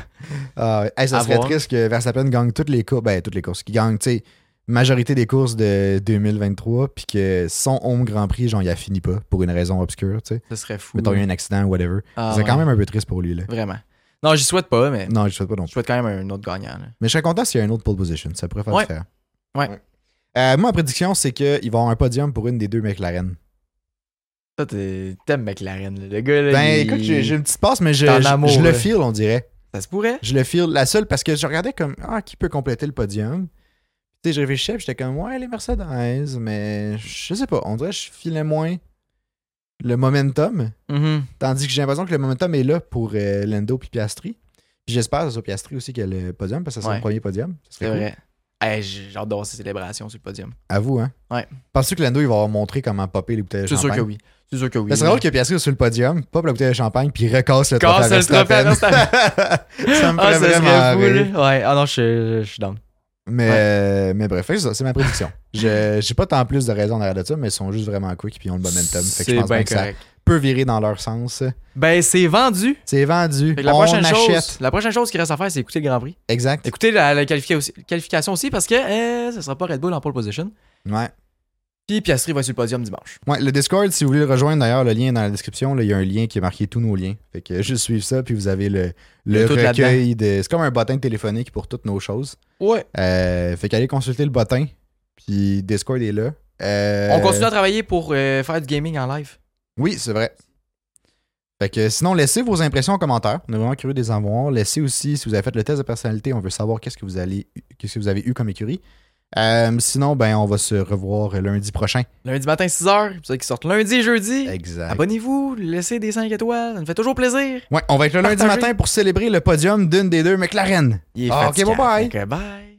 [SPEAKER 3] Ah, hey, ça
[SPEAKER 1] À
[SPEAKER 3] serait
[SPEAKER 1] voir.
[SPEAKER 3] triste que Verstappen gagne toutes les courses. Ben, toutes les courses. Qu'il gagne, tu sais, majorité des courses de 2023. Puis que son home Grand Prix, genre, il a fini pas pour une raison obscure, tu sais.
[SPEAKER 1] ce serait fou.
[SPEAKER 3] Mettons, il y a un accident ou whatever.
[SPEAKER 1] Ah,
[SPEAKER 3] c'est quand
[SPEAKER 1] ouais,
[SPEAKER 3] même un peu triste pour lui, là.
[SPEAKER 1] Vraiment. Non, j'y souhaite pas, mais
[SPEAKER 3] Non, je souhaite pas non
[SPEAKER 1] je souhaite quand même un autre gagnant. là.
[SPEAKER 3] Mais je serais content s'il y a un autre pole position. Ça pourrait faire
[SPEAKER 1] Ouais.
[SPEAKER 3] le faire.
[SPEAKER 1] Ouais.
[SPEAKER 3] Euh, moi, ma prédiction, c'est qu'il va y avoir un podium pour une des deux McLaren.
[SPEAKER 1] Toi, t'es- t'aimes McLaren. là. Le gars, là,
[SPEAKER 3] Ben,
[SPEAKER 1] il-
[SPEAKER 3] écoute, j'ai j'ai une petite passe, mais je,
[SPEAKER 1] T'es en
[SPEAKER 3] je-
[SPEAKER 1] amour,
[SPEAKER 3] je le
[SPEAKER 1] là.
[SPEAKER 3] feel, on dirait.
[SPEAKER 1] ça se pourrait.
[SPEAKER 3] Je le feel. La seule, parce que je regardais comme, ah, qui peut compléter le podium? Tu sais, je réfléchissais, puis j'étais comme, ouais, les Mercedes, mais je sais pas. On dirait que je filais moins le momentum.
[SPEAKER 1] Mhm.
[SPEAKER 3] Tandis que j'ai l'impression que le momentum est là pour euh, Lando puis Piastri. Puis j'espère que ce soit Piastri aussi qui a le podium, parce que c'est
[SPEAKER 1] Ouais.
[SPEAKER 3] son premier podium. Ça
[SPEAKER 1] C'est
[SPEAKER 3] serait cool.
[SPEAKER 1] vrai. Hey, j'ai j'ai hâte d'avoir ces célébrations sur le podium.
[SPEAKER 3] À vous, hein?
[SPEAKER 1] Ouais.
[SPEAKER 3] Penses-tu que Lando, il va avoir montré comment popper les bouteilles de
[SPEAKER 1] C'est
[SPEAKER 3] champagne?
[SPEAKER 1] sûr que oui. C'est sûr que oui.
[SPEAKER 3] Ça serait drôle que Piastri soit sur le podium, pop la bouteille de champagne, puis recasse le
[SPEAKER 1] Casse
[SPEAKER 3] trophée à
[SPEAKER 1] le trophée à
[SPEAKER 3] Verstappen. Ça me
[SPEAKER 1] Ah,
[SPEAKER 3] ferait
[SPEAKER 1] ça serait
[SPEAKER 3] vraiment
[SPEAKER 1] fou,
[SPEAKER 3] rire.
[SPEAKER 1] là. Ouais, ah non, je, je- je suis down.
[SPEAKER 3] Mais,
[SPEAKER 1] Ouais.
[SPEAKER 3] euh, mais bref, c'est ça, c'est ma prédiction. Je- J'ai pas tant plus de raisons derrière de ça, mais ils sont juste vraiment quick puis ils ont le momentum. Fait que
[SPEAKER 1] C'est
[SPEAKER 3] je pense
[SPEAKER 1] bien
[SPEAKER 3] bien que ça
[SPEAKER 1] correct.
[SPEAKER 3] peut virer dans leur sens.
[SPEAKER 1] Ben, c'est vendu.
[SPEAKER 3] C'est vendu.
[SPEAKER 1] Fait que la
[SPEAKER 3] on
[SPEAKER 1] prochaine,
[SPEAKER 3] achète.
[SPEAKER 1] chose, la prochaine chose qui reste à faire, c'est écouter le Grand Prix.
[SPEAKER 3] Exact.
[SPEAKER 1] Écouter la, la qualifi- aussi- qualification aussi parce que euh, ce sera pas Red Bull en pole position.
[SPEAKER 3] Ouais.
[SPEAKER 1] Puis Piastri va sur le podium dimanche.
[SPEAKER 3] Ouais, le Discord, si vous voulez le rejoindre, d'ailleurs, le lien est dans la description. là, Il y a un lien qui est marqué tous nos liens. Fait que juste suivre ça, puis vous avez le,
[SPEAKER 1] Il y a
[SPEAKER 3] le
[SPEAKER 1] tout là-dedans.
[SPEAKER 3] recueil de. C'est comme un bottin téléphonique pour toutes nos choses.
[SPEAKER 1] Ouais.
[SPEAKER 3] Euh, fait qu'allez consulter le bottin, puis Discord est là. Euh,
[SPEAKER 1] On continue à travailler pour euh, faire du gaming en live.
[SPEAKER 3] Oui, c'est vrai. Fait que sinon, laissez vos impressions en commentaire. On est vraiment curieux de les avoir. Laissez aussi, si vous avez fait le test de personnalité, on veut savoir qu'est-ce que vous allez, qu'est-ce que vous avez eu comme écurie. Euh, sinon, ben, on va se revoir lundi prochain.
[SPEAKER 1] Lundi matin 6h, pour ceux qui sortent lundi et jeudi.
[SPEAKER 3] Exact.
[SPEAKER 1] Abonnez-vous, laissez des 5 étoiles, ça nous fait toujours plaisir.
[SPEAKER 3] Ouais, on va être là lundi
[SPEAKER 1] Partagez.
[SPEAKER 3] matin pour célébrer le podium d'une des deux McLaren.
[SPEAKER 1] Il est
[SPEAKER 3] Ah, ok,
[SPEAKER 1] fatigant,
[SPEAKER 3] bye-bye.
[SPEAKER 1] fait que bye.